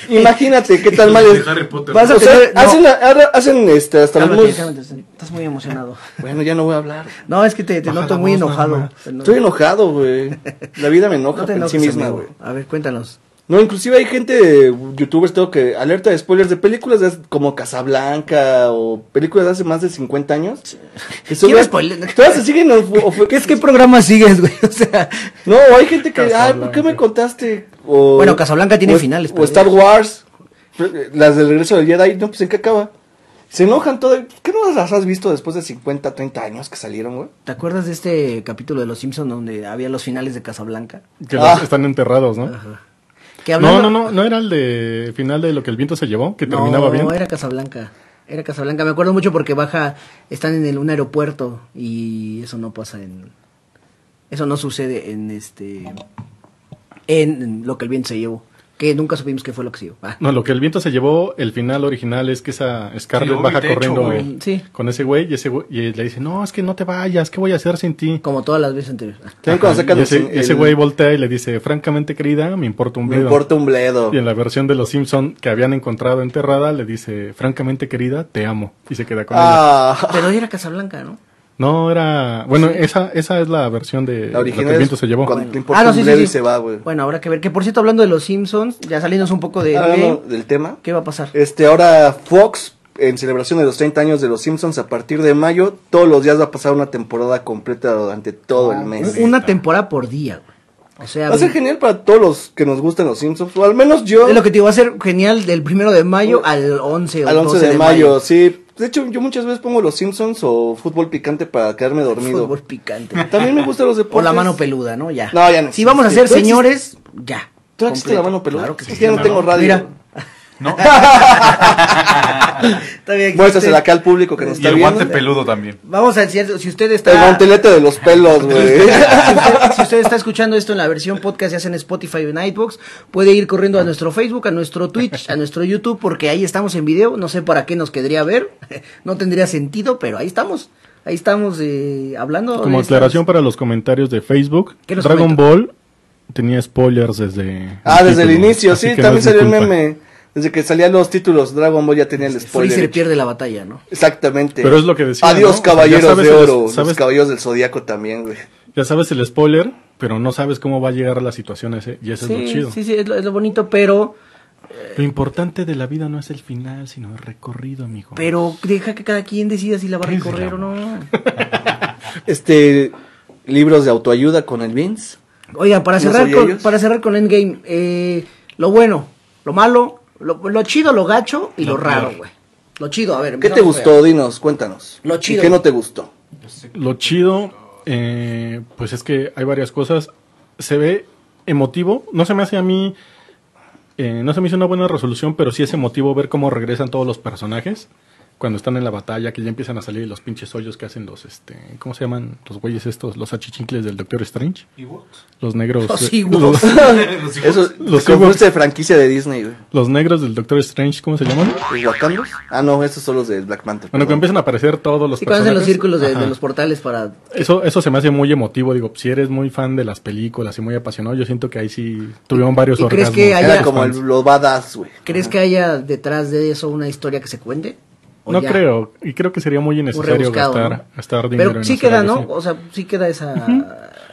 S5: Imagínate qué tan mal
S2: De
S5: es.
S2: Harry Potter.
S5: Vas a
S1: O sea,
S5: tener-
S1: no.
S5: hacen, ahora hacen este, hasta los
S1: Cálmate,
S5: mismos-
S1: cálmate, Ah, estás muy emocionado.
S5: Bueno, ya no voy a hablar.
S1: No, es que te, te
S3: Baja
S1: noto
S3: la
S1: muy
S3: voz, nada
S1: enojado.
S3: más.
S1: Te noto-
S5: Estoy enojado, güey. La vida me enoja
S1: Pues No te enojes,
S5: en sí misma,
S1: amigo.
S5: güey.
S1: A ver, cuéntanos.
S5: No, inclusive hay gente, youtubers, tengo que alerta de spoilers de películas de hace- como Casablanca o películas de hace más de 50 años. Que son-
S1: ¿Quién spoiler?
S5: Todas se siguen. of- of-
S1: ¿Qué es qué programa sigues, güey? O sea,
S5: No, hay gente que, ay, ¿por qué me contaste? O-
S1: Bueno, Casablanca tiene
S5: o-
S1: finales,
S5: O
S1: pero-
S5: Star Wars, eh, las del regreso del Jedi, no, pues en qué acaba. Se enojan todo. ¿Qué no las has visto después de 50, 30 años que salieron, güey?
S1: ¿te acuerdas de este capítulo de Los Simpsons donde había los finales de Casablanca?
S3: Que los
S5: Ah.
S3: están enterrados, ¿no?
S1: Que
S3: No,
S1: hablando-
S3: no, no, no era el de final de lo que el viento se llevó, que terminaba
S1: no,
S3: bien.
S1: era Casablanca. Era Casablanca. Me acuerdo mucho porque baja, están en el, un aeropuerto y eso no pasa en. Eso no sucede en este. En, en lo que el viento se llevó. Que nunca supimos qué fue lo que se llevó. Ah.
S3: No, lo que el viento se llevó, el final original es que esa Scarlett
S2: Sí,
S3: baja
S2: mi techo,
S3: corriendo
S2: güey.
S3: güey,
S1: Sí.
S3: con ese güey y, ese güey y le dice, no, es que no te vayas, ¿qué voy a hacer sin ti?
S1: Como todas las veces anteriores. Ah.
S5: También cuando sacan
S3: Y ese,
S5: el-
S3: ese
S5: el-
S3: güey voltea y le dice, francamente querida, me importa un
S5: Me
S3: bledo".
S5: importa un bledo.
S3: Y en la versión de Los Simpson que habían encontrado enterrada, le dice, francamente querida, te amo. Y se queda con ella.
S5: Ah,
S1: Pero era Casablanca, ¿no?
S3: No, era... Bueno, esa, esa es la versión de
S5: la
S3: lo que
S5: original.
S3: el
S5: es
S3: viento se llevó.
S5: Cuando te
S1: Bueno.
S5: importa
S1: Ah, no,
S5: un
S1: sí, sí,
S5: bledo y
S1: sí.
S5: se va, güey.
S1: Bueno, habrá que ver. Que por cierto, hablando de los Simpsons, ya salimos un poco de.
S5: Ah, no, no, del tema.
S1: ¿Qué va a pasar?
S5: Este, ahora Fox, en celebración de los 30 años de los Simpsons, a partir de mayo, todos los días va a pasar una temporada completa durante todo el mes.
S1: Ah, Un- Una temporada por día, güey. O sea,
S5: eh, ah. Va a ser genial para todos los que nos gustan los Simpsons, o al menos yo.
S1: es lo que te digo, va a ser genial del primero de mayo al 11 o
S5: al 11
S1: 12
S5: de, mayo, sí. De hecho, yo muchas veces pongo los Simpsons o fútbol picante para quedarme dormido.
S1: Fútbol picante.
S5: También me gustan los
S1: O
S5: deportes.
S1: la mano peluda, ¿no? Ya.
S5: No, ya no
S1: Si vamos a
S5: existe.
S1: ser
S5: ¿Tú existe-
S1: señores, ya.
S5: ¿Tú existe
S1: Completo.
S5: la mano peluda?
S1: Claro que
S5: Es que
S1: sí.
S5: ya no tengo radio.
S1: Mira.
S4: No.
S1: Todavía existe.
S5: Muéstrasela acá al público que nos
S4: Y
S5: está
S4: el
S5: viendo.
S4: guante peludo también.
S1: Vamos a decir, si usted está...
S5: El guantelete de los pelos, güey.
S1: si, usted, si usted está escuchando esto en la versión podcast, ya sea en Spotify o en iTunes, puede ir corriendo a nuestro Facebook, a nuestro Twitch, a nuestro YouTube, porque ahí estamos en video. No sé para qué nos querría ver, no tendría sentido, pero ahí estamos. Ahí estamos eh, hablando.
S3: Como
S1: de estas-
S3: aclaración para los comentarios de Facebook,
S1: ¿Qué nos
S3: Dragon
S1: comenta?
S3: Ball tenía spoilers desde...
S5: Ah, desde el
S3: título,
S5: inicio,
S3: así
S5: sí,
S3: que no
S5: también
S3: es mi
S5: salió el
S3: culpa.
S5: meme. Desde que salían los títulos, Dragon Ball ya tenía el spoiler.
S1: Freezer
S5: hecho.
S1: pierde la batalla, ¿no?
S5: Exactamente.
S3: Pero es lo que decía, ¿no? O
S5: Adiós,
S3: sea, ya
S5: caballeros
S3: sabes
S5: de
S3: el-
S5: oro.
S3: sabes-
S5: Los caballeros del zodiaco también, güey.
S3: Ya sabes el spoiler, pero no sabes cómo va a llegar la situación ese, y eso es lo
S1: Sí,
S3: chido.
S1: sí, sí, es lo, es lo bonito, pero,
S3: Lo importante de la vida no es el final, sino el recorrido, amigo.
S1: pero deja que cada quien decida si la va a
S3: ¿Qué es el
S1: recorrer o no.
S5: Este. Libros de autoayuda con el Vince.
S1: Oigan, para
S5: ¿No
S1: cerrar,
S5: soy
S1: con,
S5: ellos?
S1: para cerrar con Endgame, eh, lo bueno, lo malo, lo, lo chido, lo gacho y lo, raro, güey. Lo chido, a ver.
S5: ¿Qué te
S1: empezamos,
S5: gustó? Dinos, cuéntanos.
S1: Lo
S5: ¿Y
S1: chido.
S5: qué no te gustó?
S3: Lo chido, eh, pues es que hay varias cosas. Se ve emotivo. No se me hace a mí. eh, no se me hizo una buena resolución, pero sí es emotivo ver cómo regresan todos los personajes cuando están en la batalla, que ya empiezan a salir los pinches hoyos que hacen los, este, ¿cómo se llaman? Los güeyes estos, los achichincles del Doctor Strange. Los negros.
S1: Los
S3: eh,
S1: Ewoks.
S3: los-
S5: Eso,
S3: Los
S5: los confundiste de franquicia de Disney, güey.
S3: los negros del Doctor Strange, ¿cómo se llaman?
S5: ¿Los Wakandos? Ah, no, esos son los de Black Panther.
S3: Bueno, que
S5: perdón.
S3: empiezan a aparecer todos los
S1: Sí, cuando hacen los
S3: personajes.
S1: círculos de, de
S3: Ajá.
S1: los portales para...
S3: Eso, eso se me hace muy emotivo. Digo, si eres muy fan de las películas y muy apasionado, yo siento que ahí sí tuvieron varios
S1: ¿Y crees
S3: orgasmos.
S1: que haya-
S5: Era como el, lo badass, güey.
S1: ¿Crees que haya detrás de eso una historia que se cuente? ¿O
S3: No
S1: ya?
S3: creo. Y creo que sería muy
S1: Un
S3: innecesario
S1: rebuscado,
S3: gastar,
S1: ¿no?
S3: gastar dinero.
S1: Pero
S3: en
S1: sí
S3: hacer
S1: queda,
S3: algo
S1: ¿no?
S3: así.
S1: O sea, sí queda esa...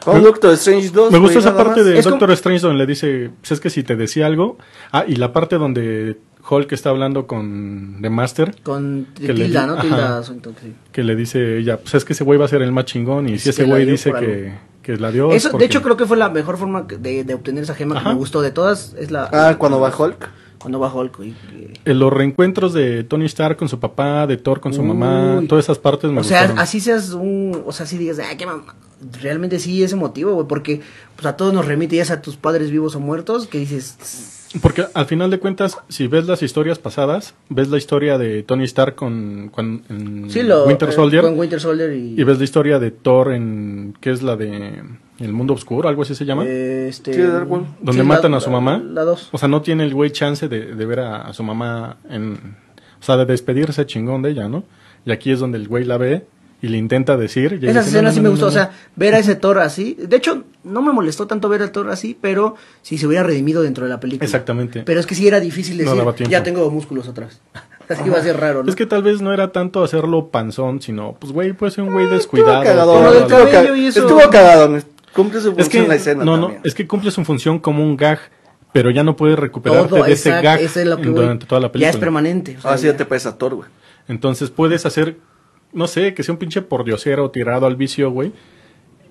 S5: Fue un Doctor Strange 2.
S3: Me
S5: güey,
S3: gustó esa
S5: nada
S3: parte
S5: más.
S3: de
S1: Es como-
S3: Doctor Strange donde le dice, pues es que si te decía algo. Ah, y la parte donde Hulk está hablando con The Master,
S1: Con
S3: Que le
S1: tilda,
S3: di-
S1: ¿no?
S3: Ajá.
S1: Tilda Swinton, sí.
S3: que le dice ella, pues es que ese güey va a ser el más chingón. Y si
S1: que
S3: ese
S1: la
S3: güey
S1: dio
S3: dice
S1: por
S3: que,
S1: algo.
S3: que la dio. es
S1: Eso, de
S3: porque-
S1: hecho, creo que fue la mejor forma que- de, de obtener esa gema que
S3: Ajá.
S1: me gustó de todas. Es la...
S5: Ah, cuando va Hulk.
S1: Cuando va Hulk. y- y-
S3: En los reencuentros de Tony Stark con su papá, de Thor con su mamá,
S1: Uy.
S3: todas esas partes me
S1: O sea,
S3: gustaron.
S1: así seas un. O sea, si digas, ah, qué mamá. Realmente sí es emotivo, güey, porque pues, a todos nos remite, ya sea a tus padres vivos o muertos, que dices, "Tss,
S3: Porque al final de cuentas, si ves las historias pasadas, ves la historia de Tony Stark con, con- en
S1: sí, lo.
S3: Mm, Winter
S1: eh,
S3: Soldier
S1: con Winter Soldier y.
S3: y ves la historia de Thor en que es la de El Mundo Oscuro, algo así se llama,
S1: eh, este,
S5: Sí, Darkwolf.
S3: donde
S1: sí,
S3: matan
S1: la-
S3: a su mamá.
S1: La 2.
S3: O sea, no tiene el güey chance de, de ver a, a su mamá en, o sea, de despedirse chingón de ella, ¿no? Y aquí es donde el güey la ve y le intenta decir. y ella
S1: Esa
S3: dice,
S1: escena
S3: "No, no,
S1: sí
S3: no,
S1: me
S3: no,
S1: gustó,
S3: no".
S1: o sea, ver a ese Thor así. De hecho, no me molestó tanto ver al Thor así, pero si se hubiera redimido dentro de la película.
S3: Exactamente.
S1: Pero es que sí era difícil
S3: No
S1: decir,
S3: daba tiempo.
S1: ya tengo músculos atrás. Así iba a ser raro, ¿no?
S3: Es que tal vez no era tanto hacerlo panzón, sino, pues, güey, puede ser un
S1: Ah,
S3: güey
S5: Estuvo
S3: descuidado.
S5: cagadón.
S1: Como del
S5: Estuvo,
S1: cabello
S5: ca-
S1: y eso.
S5: estuvo cagadón. Cumple su función
S3: Es que,
S5: la escena.
S3: no, no,
S5: también.
S3: es que cumple su función como un gag, pero ya no puedes recuperarte de ese
S1: exacto,
S3: gag
S1: eso es lo que voy.
S3: durante toda la
S1: Ya
S3: película.
S1: es permanente. o sea,
S5: Ahora Ah, sí
S1: ya-
S5: ya te parece actor, güey.
S3: Entonces puedes hacer, no sé, que sea un pinche pordiosero tirado al vicio, güey.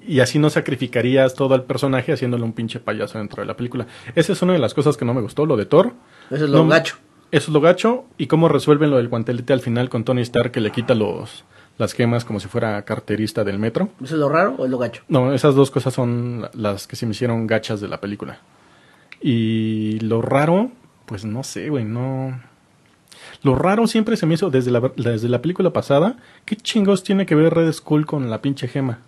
S3: Y así no sacrificarías todo al personaje haciéndole un pinche payaso dentro de la película. Esa es una de las cosas que no me gustó, lo de Thor.
S1: Eso es lo
S3: No,
S1: gacho.
S3: Eso es lo gacho. Y cómo resuelven lo del guantelete al final con Tony Stark que le quita los, las gemas como si fuera carterista del metro.
S1: ¿Eso es lo raro o es lo gacho?
S3: No, esas dos cosas son la- las que se me hicieron gachas de la película. Y lo raro, pues no sé, güey, no. Lo raro siempre se me hizo desde la, ver- desde la película pasada. ¿Qué chingos tiene que ver Red Skull con la pinche gema?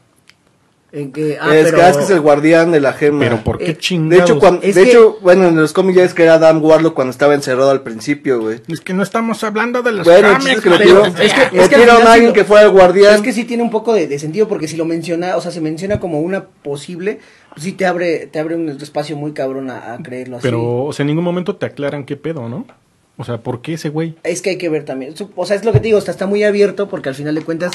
S1: En que, ah,
S5: es,
S1: pero,
S5: que, es que es el guardián de la gema.
S3: Pero ¿por qué
S1: Eh, de
S5: De
S3: chingados?
S5: hecho, cuan-
S1: Es
S5: de
S1: que-
S5: hecho, bueno, en los cómics ya es que era Adam Warlock cuando estaba encerrado al principio, güey.
S3: Es que no estamos hablando de los
S5: Bueno, el chiste
S3: cómics,
S5: es que lo
S3: güey.
S5: tiró,
S1: pero- es que-
S5: lo
S1: es que al final
S5: tiraron a
S1: sí
S5: alguien
S1: lo-
S5: que fuera el guardián.
S1: Es que sí tiene un poco de, de sentido porque si lo menciona, o sea, se menciona como una posible, pues sí te abre, te abre un espacio muy cabrón a, a creerlo así.
S3: Pero, o sea, en ningún momento te aclaran qué pedo, ¿no? O sea, ¿por qué ese güey?
S1: Es que hay que ver también. Su- O sea, es lo que te digo, está, está muy abierto porque al final de cuentas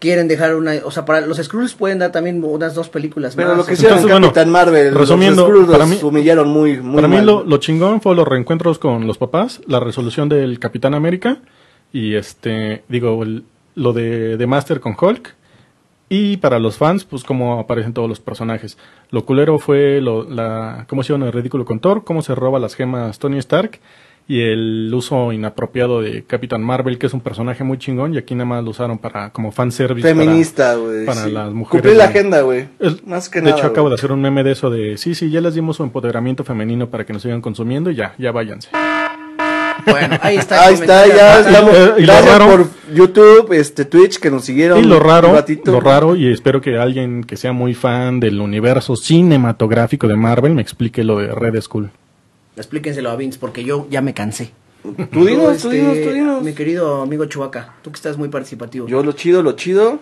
S1: quieren dejar una. O sea, para los Skrulls pueden dar también unas dos películas
S5: Pero
S1: más.
S5: lo que
S1: o sea,
S5: hicieron en
S3: Entonces, bueno,
S5: Capitán Marvel,
S3: resumiendo,
S5: los Skrulls los
S3: para mí-
S5: humillaron muy, muy
S3: Para mí
S5: mal.
S3: lo, lo chingón fue los reencuentros con los papás, la resolución del Capitán América y este, digo, el- lo de, de Master con Hulk. Y para los fans, pues cómo aparecen todos los personajes. Lo culero fue lo, la, cómo se llama el ridículo con Thor, cómo se roba las gemas Tony Stark y el uso inapropiado de Capitán Marvel, que es un personaje muy chingón y aquí nada más lo usaron para como fanservice. para-
S5: Feminista, güey.
S3: para
S5: sí.
S3: las mujeres,
S5: Cumplí la
S3: güey.
S5: agenda, güey.
S3: es-
S5: Más que
S3: de
S5: nada.
S3: hecho, acabo de
S5: güey.
S3: hacer un meme de eso de, sí, sí, ya les dimos su empoderamiento femenino para que nos sigan consumiendo y ya, ya váyanse.
S1: bueno, ahí está.
S5: Ahí
S1: el
S5: está,
S1: comentario.
S5: ya estamos.
S3: eh, y lo
S5: Gracias
S3: raro-
S5: por YouTube, este Twitch que nos siguieron.
S3: Y lo raro,
S5: un ratito.
S3: lo raro, y espero que alguien que sea muy fan del universo cinematográfico de Marvel me explique lo de Red Skull.
S1: Explíquenselo a Vince porque yo ya me cansé.
S5: Tú dinos,
S1: Este,
S5: tú dinos, tú dinos.
S1: Mi querido amigo Chubaca, tú que estás muy participativo.
S5: Yo lo chido, lo chido.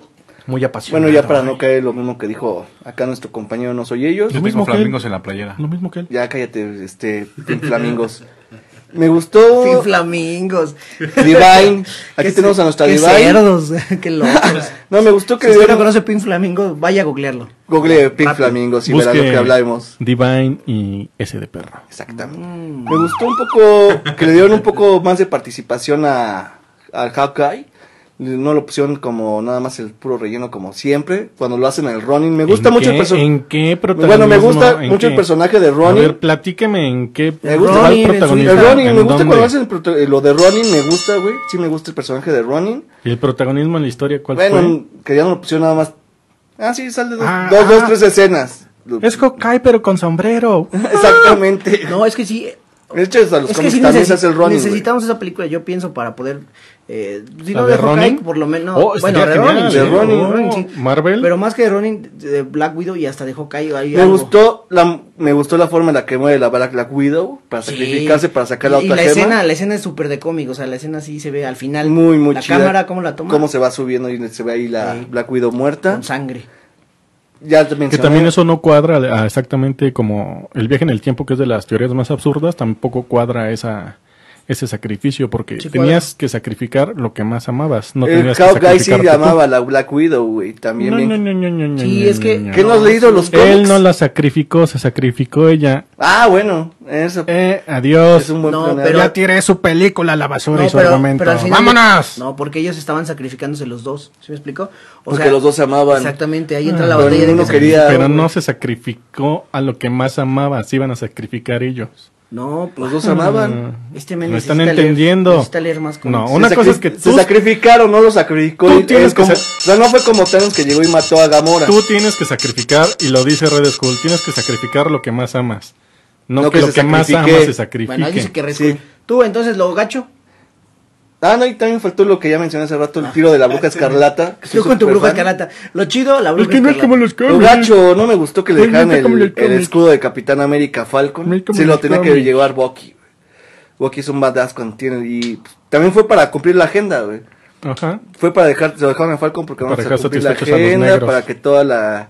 S3: Muy apasionado.
S5: Bueno, ya para no caer lo mismo que dijo acá nuestro compañero No Soy Ellos. pues,
S3: Lo
S4: Yo
S3: mismo
S4: tengo
S3: que
S4: flamingos
S3: él.
S4: en la playera.
S3: Lo mismo que él.
S5: Ya cállate, este, Team Flamingos. Me gustó
S1: Fin flamingos.
S5: Divine. Aquí
S1: Qué
S5: tenemos a nuestra
S1: qué
S5: Divine.
S1: cerdos, qué locos.
S5: No, me gustó
S1: Si
S5: que
S1: usted no
S5: dieron
S1: conoce Pin Flamingo, vaya a googlearlo.
S5: Google Pink
S1: Rápido.
S5: Flamingos y verá
S3: Busque
S5: lo que hablaremos.
S3: Divine y ese de perro.
S5: Exactamente. Mm. Me gustó un poco que le dieron un poco más de participación a al Hawkeye. No lo pusieron como nada más el puro relleno como siempre. Cuando lo hacen en el Ronin. Me gusta
S3: ¿En qué-
S5: mucho el personaje.
S3: ¿En qué protagonismo?
S5: Bueno, me gusta
S3: ¿En
S5: mucho el
S3: qué?
S5: personaje de
S3: A
S5: Ronin.
S3: ver, platíqueme en qué
S5: Me gusta
S3: ¿cuál
S1: Ronin, en su-
S5: El
S3: protagonista?
S5: Ronin,
S3: ¿En
S5: me gusta cuando
S3: dónde?
S5: hacen el proto- eh, lo de Ronin, me gusta, güey. Sí, me gusta el personaje de Ronin.
S3: ¿Y el protagonismo en la historia cuál
S5: Bueno, que ya no lo pusieron nada más. Ah, sí, sale dos,
S3: Ah,
S5: dos, dos,
S3: ah.
S5: tres escenas.
S3: fue? Es Hawkeye pero con sombrero.
S5: Exactamente.
S1: No, es que sí.
S5: De hecho, hasta
S1: Es
S5: los
S1: que
S5: cómics
S1: sí
S5: también
S1: necesi-
S5: se hace el Ronin. güey.
S1: necesitamos esa película, yo pienso, para poder. Eh, si
S3: ¿La
S1: no
S3: de
S1: de Hawkeye,
S3: Ronin?
S1: por lo menos.
S3: Oh,
S1: bueno,
S3: estaría
S1: de
S3: genial,
S1: Ronin,
S5: de
S1: sí,
S5: Ronin,
S3: oh,
S1: sí.
S3: Marvel.
S1: Pero más que de Ronin, de Black Widow y hasta de Hawkeye. Hay
S5: Me
S1: algo.
S5: gustó, la, me gustó la forma en la que mueve la Black, la Widow para
S1: Sí.
S5: sacrificarse, para sacar la
S1: y,
S5: otra
S1: y la
S5: gema.
S1: escena, la escena es súper de cómic, o sea, la escena sí se ve al final.
S5: muy, muy
S1: La
S5: chida.
S1: cámara, ¿cómo la toma?
S5: Cómo se va subiendo y se ve ahí la
S1: Sí.
S5: Black Widow muerta.
S1: Con sangre.
S5: Ya te mencioné.
S3: Que también eso no cuadra a- a exactamente como el viaje en el tiempo, que es de las teorías más absurdas, tampoco cuadra esa, ese sacrificio, porque
S1: Sí cuadra.
S3: tenías que sacrificar lo que más amabas. No
S5: el
S3: tenías que
S5: Hawkeye sí
S3: sacrificarte tú.
S5: llamaba a la Black Widow, güey. También
S3: No,
S5: bien.
S3: no, no, no, no, no,
S1: Sí,
S3: no,
S1: es que- Eh,
S3: no,
S5: ¿Qué
S3: no.
S5: no has leído los cómics?
S3: Él no la sacrificó, se sacrificó ella.
S5: Ah, bueno, eso
S3: Eh, adiós.
S5: es un buen
S1: No,
S5: plan.
S1: pero-
S3: Ya tiré su película a la basura y su argumento.
S1: al final-
S4: ¡Vámonos!
S1: No, porque ellos estaban sacrificándose los dos. ¿Sí me explico? O
S5: Porque los dos se amaban.
S1: Exactamente, ahí entra
S3: Ah,
S1: la
S5: pero
S1: batalla de
S5: ninguno
S1: que se-
S5: quería-
S3: Pero no se sacrificó a lo que más amabas, iban a sacrificar ellos.
S1: No,
S5: Los
S1: pues.
S5: dos se amaban.
S1: Este men
S3: No están
S1: necesita leer-
S3: entendiendo.
S1: necesita leer más cómics.
S3: No,
S5: Se
S3: Mm. una
S5: sacri-
S3: cosa es que
S5: se
S3: tú-
S5: sacrificaron, no lo sacrificó.
S3: Tú
S5: él
S3: tienes que
S5: como-
S3: sa-
S5: o sea, no fue como Thanos que llegó y mató a Gamora.
S3: Tú tienes que sacrificar, y lo dice Red Skull, tienes que sacrificar lo que más amas. No,
S5: No
S3: que, lo
S5: que se
S3: que más
S5: sacrifique.
S3: amas se sacrifique.
S1: Bueno, ahí dice que Red
S5: Sí.
S1: Skull. Tú, entonces, lo gacho.
S5: Ah, no, y también faltó lo que ya mencioné hace rato, el tiro de la bruja
S3: Ah,
S5: escarlata. que
S1: Tú
S5: soy
S1: con tu bruja
S5: superfan.
S1: escarlata. Lo chido, la bruja
S3: Es que no es
S1: escarlata.
S3: como los
S5: Lo
S3: cómics.
S5: gacho, no me gustó que le
S3: Pues,
S5: dejaran
S3: no está como
S5: el,
S3: el cómic.
S5: el escudo de Capitán América a Falcon.
S3: No es como
S5: Se lo
S3: los
S5: tenía que
S3: cómics.
S5: llevar Bucky. güey. Bucky es un badass cuando tiene. Y pues, también fue para cumplir la agenda, güey.
S3: Ajá.
S5: Fue para dejar, lo dejaron en Falcon porque vamos
S3: Para
S5: a
S3: dejar
S5: cumplir la
S3: satisfechos a los
S5: agenda,
S3: negros.
S5: para que toda la...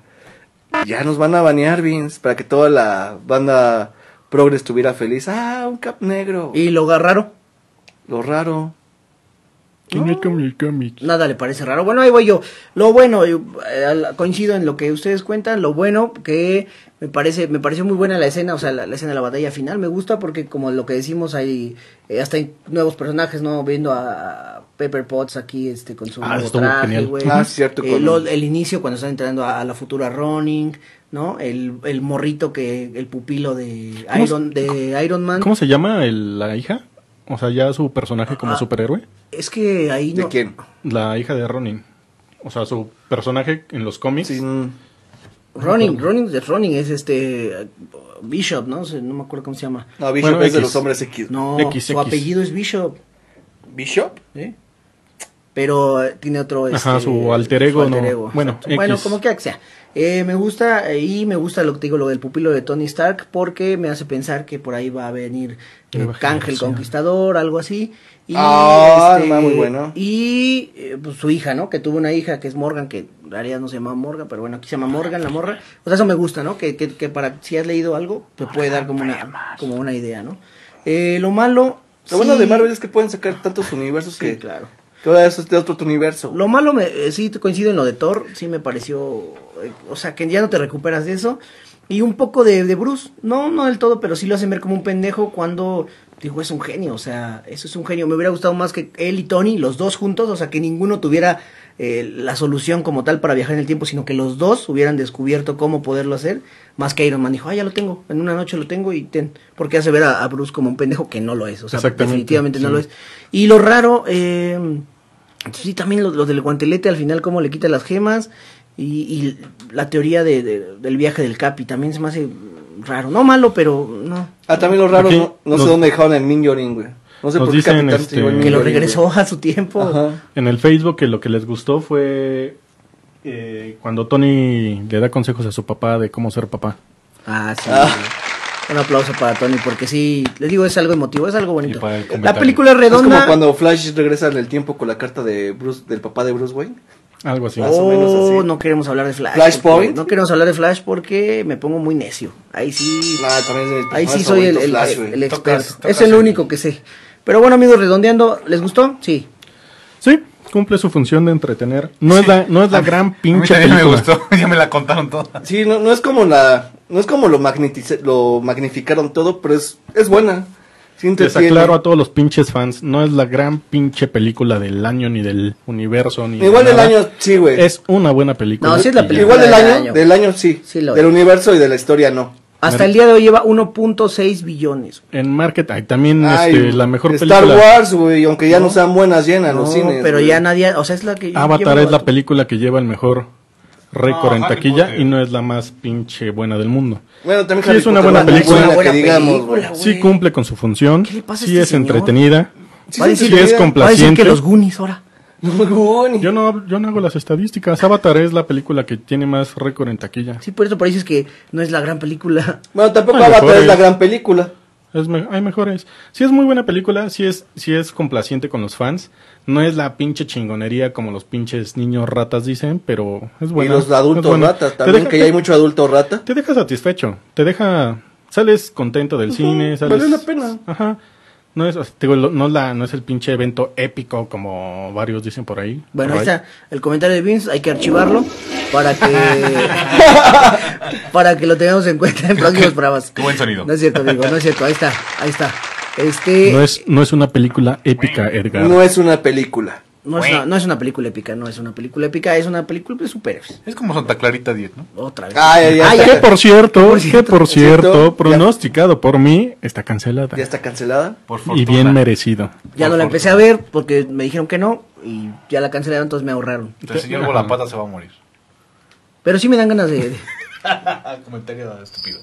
S5: Ya nos van a banear, Vince, para que toda la banda progre estuviera feliz. Ah, un cap negro.
S1: Y lo raro,
S5: Lo raro.
S1: nada le parece raro. Bueno, ahí voy yo. Lo bueno, yo, eh, al- coincido en lo que ustedes cuentan, lo bueno que me parece, me pareció muy buena la escena, o sea, la, la escena de la batalla final, me gusta porque como lo que decimos hay eh, hasta hay nuevos personajes, ¿no? Viendo a, a Pepper Potts aquí, este, con su
S3: Ah,
S1: nuevo
S3: estuvo
S1: traje,
S3: genial.
S1: güey.
S5: Ah, cierto,
S1: Eh,
S5: con-
S1: lo- el inicio cuando están entrando a, a la futura Ronin, ¿no? El, el morrito que, el pupilo de
S3: ¿Cómo
S1: Iron, de Iron Man.
S3: ¿Cómo se llama el- la hija? O sea, ya su personaje como
S1: Ah.
S3: superhéroe.
S1: Es que ahí
S5: ¿De
S1: no.
S5: quién?
S3: La hija de Ronin. O sea, su personaje en los cómics.
S5: Sin-
S1: Ronin, Ronin, de Ronin es este eh, Bishop, ¿no? Se- No me acuerdo cómo se llama.
S5: No, Bishop
S3: Bueno,
S5: es de
S3: X.
S5: los hombres X.
S1: No,
S3: XX.
S1: su apellido es Bishop,
S5: ¿Bishop?
S1: ¿eh? Pero eh, tiene otro.
S3: Ajá,
S1: este,
S3: su alter ego, no. Bueno,
S1: exacto. bueno,
S3: X.
S1: como quiera que sea. Eh, me gusta, eh, y me gusta lo que te digo, lo del pupilo de Tony Stark, porque me hace pensar que por ahí va a venir eh,
S3: Nueva
S1: Cangel
S3: generación.
S1: Conquistador, algo así. Y, este,
S5: Ah, no, muy bueno.
S1: Y eh, pues, su hija, ¿no? Que tuvo una hija que es Morgan, que en realidad no se llama Morgan, pero bueno, aquí se llama Morgan, la morra. O sea, eso me gusta, ¿no? Que, que, que para si has leído algo, te puede dar como una, como una idea, ¿no? Eh, lo malo.
S5: Lo bueno
S1: sí,
S5: de Marvel es que pueden sacar tantos universos
S1: Sí,
S5: que,
S1: claro.
S5: que ahora eso es de otro universo.
S1: Lo malo, me, eh, sí, coincido en lo de Thor, sí me pareció, eh, o sea, que ya no te recuperas de eso. Y un poco de, de Bruce, no, no del todo, pero sí lo hacen ver como un pendejo cuando, digo, es un genio, o sea, eso es un genio. Me hubiera gustado más que él y Tony, los dos juntos, o sea, que ninguno tuviera eh, la solución como tal para viajar en el tiempo, sino que los dos hubieran descubierto cómo poderlo hacer, más que Iron Man dijo, ah, ya lo tengo, en una noche lo tengo y ten, porque hace ver a, a Bruce como un pendejo que no lo es, o sea,
S3: Exactamente,
S1: definitivamente no
S3: sí.
S1: lo es. Y lo raro, eh, Sí, también lo, lo del guantelete al final, cómo le quita las gemas. Y, y la teoría de, de- del viaje del Capi también se me hace raro. No malo, pero no.
S5: Ah, también lo raro,
S3: Aquí
S5: no, no
S3: nos-
S5: sé dónde dejaron el Minyorin, güey. No sé
S3: Nos
S5: por qué
S3: dicen,
S5: Capitán se
S3: este,
S5: llevó el
S3: Que
S1: Que lo
S5: Mingyorin,
S1: regresó a su tiempo.
S5: güey. Ajá.
S3: En el Facebook que lo que les gustó fue eh, cuando Tony le da consejos a su papá de cómo ser papá.
S1: Ah, sí.
S5: Ah.
S1: Un aplauso para Tony, porque sí, les digo, es algo emotivo, es algo bonito.
S3: Y para el
S1: La
S3: comentario.
S1: película es
S5: Es
S1: redonda.
S5: como cuando Flash regresa en el tiempo con la carta de Bruce, del papá de Bruce Wayne.
S3: Algo así.
S5: Más o menos
S1: Oh,
S5: así.
S1: no queremos hablar de Flash.
S5: Flashpoint.
S1: porque- No queremos hablar de Flash porque me pongo muy necio. Ahí sí.
S5: Nah, Ah, también es de mis
S1: Ahí sí
S5: personajes
S1: soy el,
S5: favoritos,
S1: el-
S5: Flash,
S1: el-
S5: güey.
S1: el experto.
S6: Tocas- tocas
S1: es el
S6: el-
S1: único que sé. Pero bueno, amigos, redondeando, ¿les gustó? Sí.
S3: Sí, cumple su función de entretener. No es la, no es la gran pinche
S4: A mí también
S3: película.
S4: me gustó, ya me la contaron toda.
S5: Sí, no, no es como la, no es como lo magnetice- lo magnificaron todo, pero es, es buena. Sí,
S3: Les
S5: entretiene.
S3: aclaro a todos los pinches fans, no es la gran pinche película del año ni del universo ni de
S5: Igual el
S3: nada.
S5: año, sí, güey.
S3: es una buena película.
S1: No, sí es la
S3: y ya.
S1: película.
S5: Igual el
S1: del
S5: año,
S1: año.
S5: del año sí.
S1: Sí lo
S5: del
S1: es.
S5: universo y de la historia no.
S1: Hasta el día de hoy lleva 1.6 billones.
S3: En market ay, también
S5: Ay,
S3: este, la mejor
S5: Star
S3: película.
S5: Wars, güey, aunque ya no, sean buenas llenas
S1: No,
S5: los cines.
S1: pero
S5: güey.
S1: ya nadie, o sea, es la que yo
S3: Avatar
S1: llevo-
S3: es la película que lleva el mejor récord
S2: No,
S3: en
S2: Harry
S3: taquilla
S2: Potter.
S3: y no es la más pinche buena del mundo.
S5: Bueno, también
S3: Sí,
S5: Harry
S3: es una
S5: Potter
S3: buena
S5: no es
S3: película.
S5: buena
S1: Es una
S5: que
S1: buena
S5: digamos,
S1: película,
S5: güey.
S1: Ah, güey.
S3: Sí cumple con su función,
S1: ¿Qué le pasa a
S3: sí
S1: este
S3: es
S1: señor?
S3: entretenida,
S5: Sí,
S1: Va a
S5: sí,
S1: decir-
S5: sí,
S3: sí es
S1: Va a
S5: mira.
S1: decir que
S3: complaciente.
S1: los Goonies ahora.
S5: No, güey, ni-
S3: Yo no, hab- yo no hago las estadísticas. Avatar es la película que tiene más récord en taquilla.
S1: Sí, por eso por eso es que no es la gran película.
S5: Bueno, tampoco
S3: Bueno,
S5: Avatar
S3: mejor
S5: es la
S3: es-
S5: gran película.
S3: Es me- hay mejores. Sí es muy buena película, sí es, sí es complaciente con los fans. No es la pinche chingonería como los pinches niños ratas dicen, pero es buena.
S5: y los
S3: es
S5: adultos
S3: buena.
S5: ratas
S3: Te
S5: también,
S3: deja-
S5: que ya hay mucho adulto rata.
S3: Te deja satisfecho, te deja... Sales contento del cine, sales...
S5: vale la pena.
S3: Ajá. No es, te digo, lo- no, es la, no es el pinche evento épico como varios dicen por ahí.
S1: Bueno,
S3: por
S1: ahí
S3: ahí.
S1: está el comentario de Vince, hay que archivarlo para que para que lo tengamos en cuenta en próximos programas.
S4: Qué buen sonido.
S1: No es cierto, amigo, no es cierto, ahí está, ahí está. Este
S3: No es, no es una película épica, Edgar.
S5: No es una película.
S1: no es una, no es una película épica, no es una película épica, es una película de superhéroes.
S4: Es como Santa Clarita 10, ¿no?
S1: Otra vez.
S5: Ah, ya, ya
S1: Ah,
S5: está,
S3: Que por cierto,
S1: Por
S3: que por
S5: cierto,
S3: cierto,
S5: ya-
S3: pronosticado por mí, está cancelada.
S5: ya está cancelada.
S4: Por fortuna.
S3: Y bien merecido.
S1: Ya no la empecé a ver porque me dijeron que no y ya la cancelaron, entonces me ahorraron.
S4: El señor Golapata se va a morir.
S1: Pero sí me dan ganas de... de-
S4: Comentario estúpido.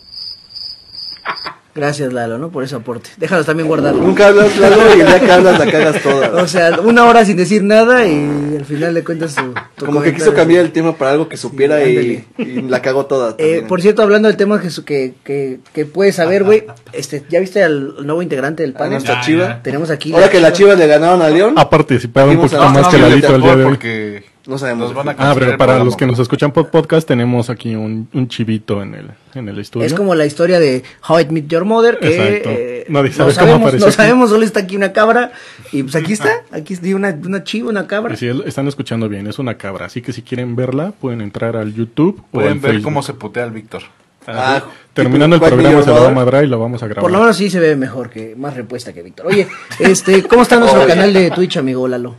S1: Gracias, Lalo, ¿no? Por ese aporte. Déjalos también guardarlo.
S5: Nunca hablas, Lalo, y el día que hablas la cagas toda.
S1: O sea, una hora sin decir nada y al final le cuentas su. tu
S5: como que
S1: comentario.
S5: quiso cambiar el tema para algo que supiera y, y la cagó toda.
S1: Eh,
S5: también.
S1: por cierto, hablando del tema Jesús, que, que, que puedes saber, güey, este, ¿ya viste al nuevo integrante del
S5: A
S1: panel? Ah,
S5: nuestra chiva.
S1: Tenemos aquí.
S5: Ahora
S1: la
S5: que las
S1: chiva.
S5: chivas le ganaron a León,
S3: Ha participado un
S5: Dijimos
S3: poquito
S5: a-
S3: más
S5: no,
S3: que
S5: no,
S3: Lalito el día de hoy.
S2: porque
S5: no sabemos.
S2: nos van a
S3: Ah,
S2: cancelar
S3: pero
S2: el
S3: para
S2: programa.
S3: los que nos escuchan por podcast, tenemos aquí un, un chivito en el, en el estudio.
S1: Es como la historia de How I Met Your Mother, que
S3: Exacto.
S1: eh,
S3: Nadie sabe
S1: no
S3: cómo
S1: sabemos,
S3: apareció
S1: no
S3: aquí.
S1: sabemos, solo está aquí una cabra, y pues aquí está, aquí está una, una chiva, una cabra.
S3: Y si el- están escuchando bien, es una cabra. Así que si quieren verla, pueden entrar al YouTube o
S4: Pueden
S3: al
S4: ver
S3: Facebook.
S4: cómo se putea el Víctor.
S5: Ah,
S3: Terminando el
S5: ¿cuál
S3: programa, se lo va a
S5: millonario?
S3: madrar y lo vamos a grabar.
S1: Por lo menos sí se ve mejor, que más repuesta que Víctor. Oye, este, ¿cómo está nuestro canal de Twitch, amigo Lalo?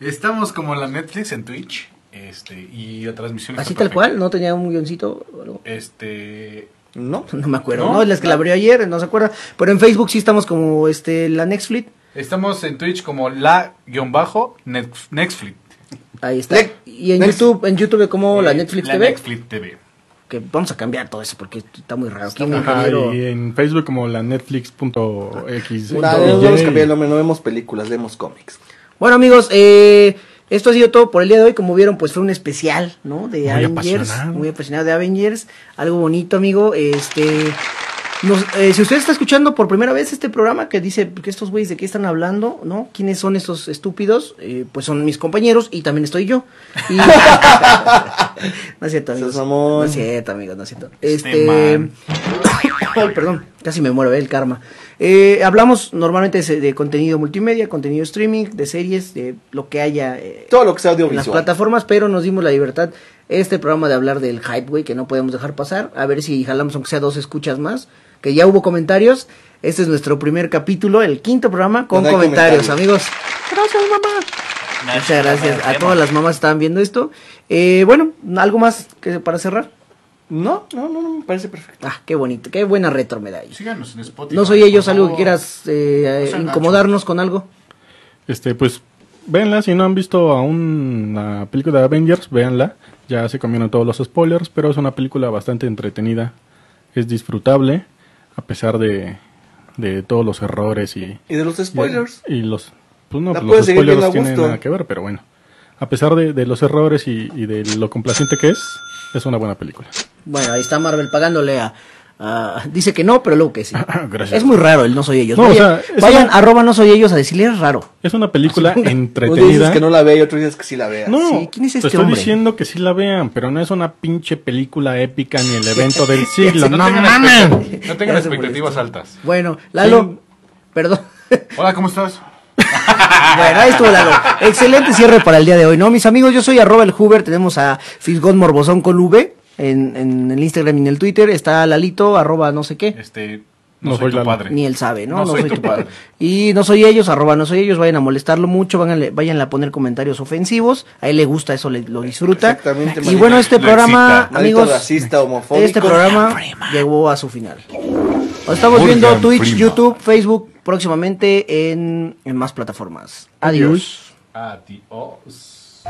S4: Estamos como en la Netflix, en Twitch. Este, y la transmisión está
S1: Así tal
S4: perfecta.
S1: cual, ¿no tenía un guioncito o algo?
S4: Este.
S5: ¿No?
S1: No me acuerdo, ¿no?
S4: No,
S1: Es la que la abrió ayer, no se acuerda. Pero en Facebook sí estamos como este la Nextfleet.
S4: Estamos en Twitch como la-Netflix.
S1: Ahí está.
S5: Next-
S1: y en
S5: Next.
S1: YouTube, en YouTube como la Netflix
S4: Eh, la
S1: TV,
S4: Netflix TV.
S1: que vamos a cambiar todo eso porque está muy raro. Aquí mi
S3: Ajá,
S1: ingeniero-
S3: y en Facebook como la Netflix.x.
S5: No, no, no vamos a cambiar el nombre, no vemos películas, leemos cómics.
S1: Bueno, amigos, eh, esto ha sido todo por el día de hoy. Como vieron, pues fue un especial, ¿no? De
S3: Muy
S1: Avengers.
S3: apasionado.
S1: Muy apasionado de Avengers. Algo bonito, amigo. Este. nos- eh, si usted está escuchando por primera vez este programa que dice que estos güeyes de qué están hablando, ¿no? ¿Quiénes son estos estúpidos? Eh, pues son mis compañeros y también estoy yo. Y- no es cierto, amigos.
S5: Seas
S1: No
S5: mamón.
S1: es cierto, amigos, no es cierto.
S4: Este
S1: Este.
S4: man.
S1: Ay, perdón, casi me muero, eh, el karma. Eh, hablamos normalmente de, de contenido multimedia, contenido streaming, de series, de lo que haya eh,
S5: Todo lo que sea
S1: en las
S5: audiovisual.
S1: plataformas, pero nos dimos la libertad este programa de hablar del hype, güey, que no podemos dejar pasar. A ver si jalamos aunque sea dos escuchas más, que ya hubo comentarios. Este es nuestro primer capítulo, el quinto programa con
S5: Donde hay
S1: comentarios, amigos.
S5: comentarios.
S1: Gracias, mamá. Muchas gracias a todas las mamás que estaban viendo esto. Eh, bueno, algo más que para cerrar.
S5: No, no, no, no, me parece perfecto.
S1: Ah, qué bonito, qué buena retro me da ahí.
S4: Síganos en Spotify.
S1: No soy ellos
S4: por
S1: algo que
S4: favor.
S1: quieras eh,
S4: No sean
S1: incomodarnos con algo.
S3: Este, pues, véanla. Si no han visto aún la película de Avengers, véanla. Ya se comieron todos los spoilers, pero es una película bastante entretenida. Es disfrutable, a pesar de, de todos los errores y,
S5: Y de los spoilers.
S3: Y, y los, pues no,
S5: La
S3: pues
S5: puedes
S3: los
S5: seguir viendo
S3: spoilers
S5: a
S3: tienen
S5: gusto.
S3: nada que ver, pero bueno. A pesar de, de los errores y, y de lo complaciente que es, es una buena película.
S1: Bueno, ahí está Marvel pagándole a... a- dice que no, pero luego que sí.
S3: Gracias.
S1: Es muy raro el no soy ellos.
S3: No, o
S1: vayan
S3: sea, es
S1: vayan
S3: una-
S1: arroba no soy ellos a decirle es raro.
S3: Es una película
S5: Uno dices
S3: entretenida.
S5: que no la ve y otro dices que sí la vea.
S3: No,
S1: Sí, ¿quién es
S3: te
S1: este
S3: estoy
S1: hombre?
S3: diciendo que sí la vean, pero no es una pinche película épica ni el evento del siglo.
S4: No,
S3: no
S4: tengan
S3: mames.
S4: expectativas- no tengan
S1: Ya se
S4: expectativas altas.
S1: Bueno, Lalo, perdón.
S4: Hola, ¿cómo estás?
S1: Bueno, ahí estuvo Lalo. Excelente cierre para el día de hoy, ¿no? Mis amigos, yo soy arroba el Huber, tenemos a Fisgón Morbosón con V en, en el Instagram y en el Twitter. Está Lalito, arroba no sé qué.
S4: Este,
S3: No
S4: no, soy,
S3: soy
S4: tu
S3: la-
S4: padre.
S1: Ni él sabe, ¿no?
S4: No soy tu padre.
S1: Y no soy ellos, arroba no soy ellos, vayan a molestarlo mucho, vayan, vayan a poner comentarios ofensivos, a él le gusta, eso le- lo disfruta.
S5: Exactamente,
S1: Y
S5: maldito-
S1: bueno, este
S4: lo
S1: programa,
S4: excita.
S5: Maldito
S1: amigos,
S5: racista, homofóbico.
S1: este programa llegó a su final. Nos estamos
S4: Morgan
S1: viendo Twitch,
S4: Prima.
S1: YouTube, Facebook, próximamente en, en más plataformas. Adiós.
S4: Adiós.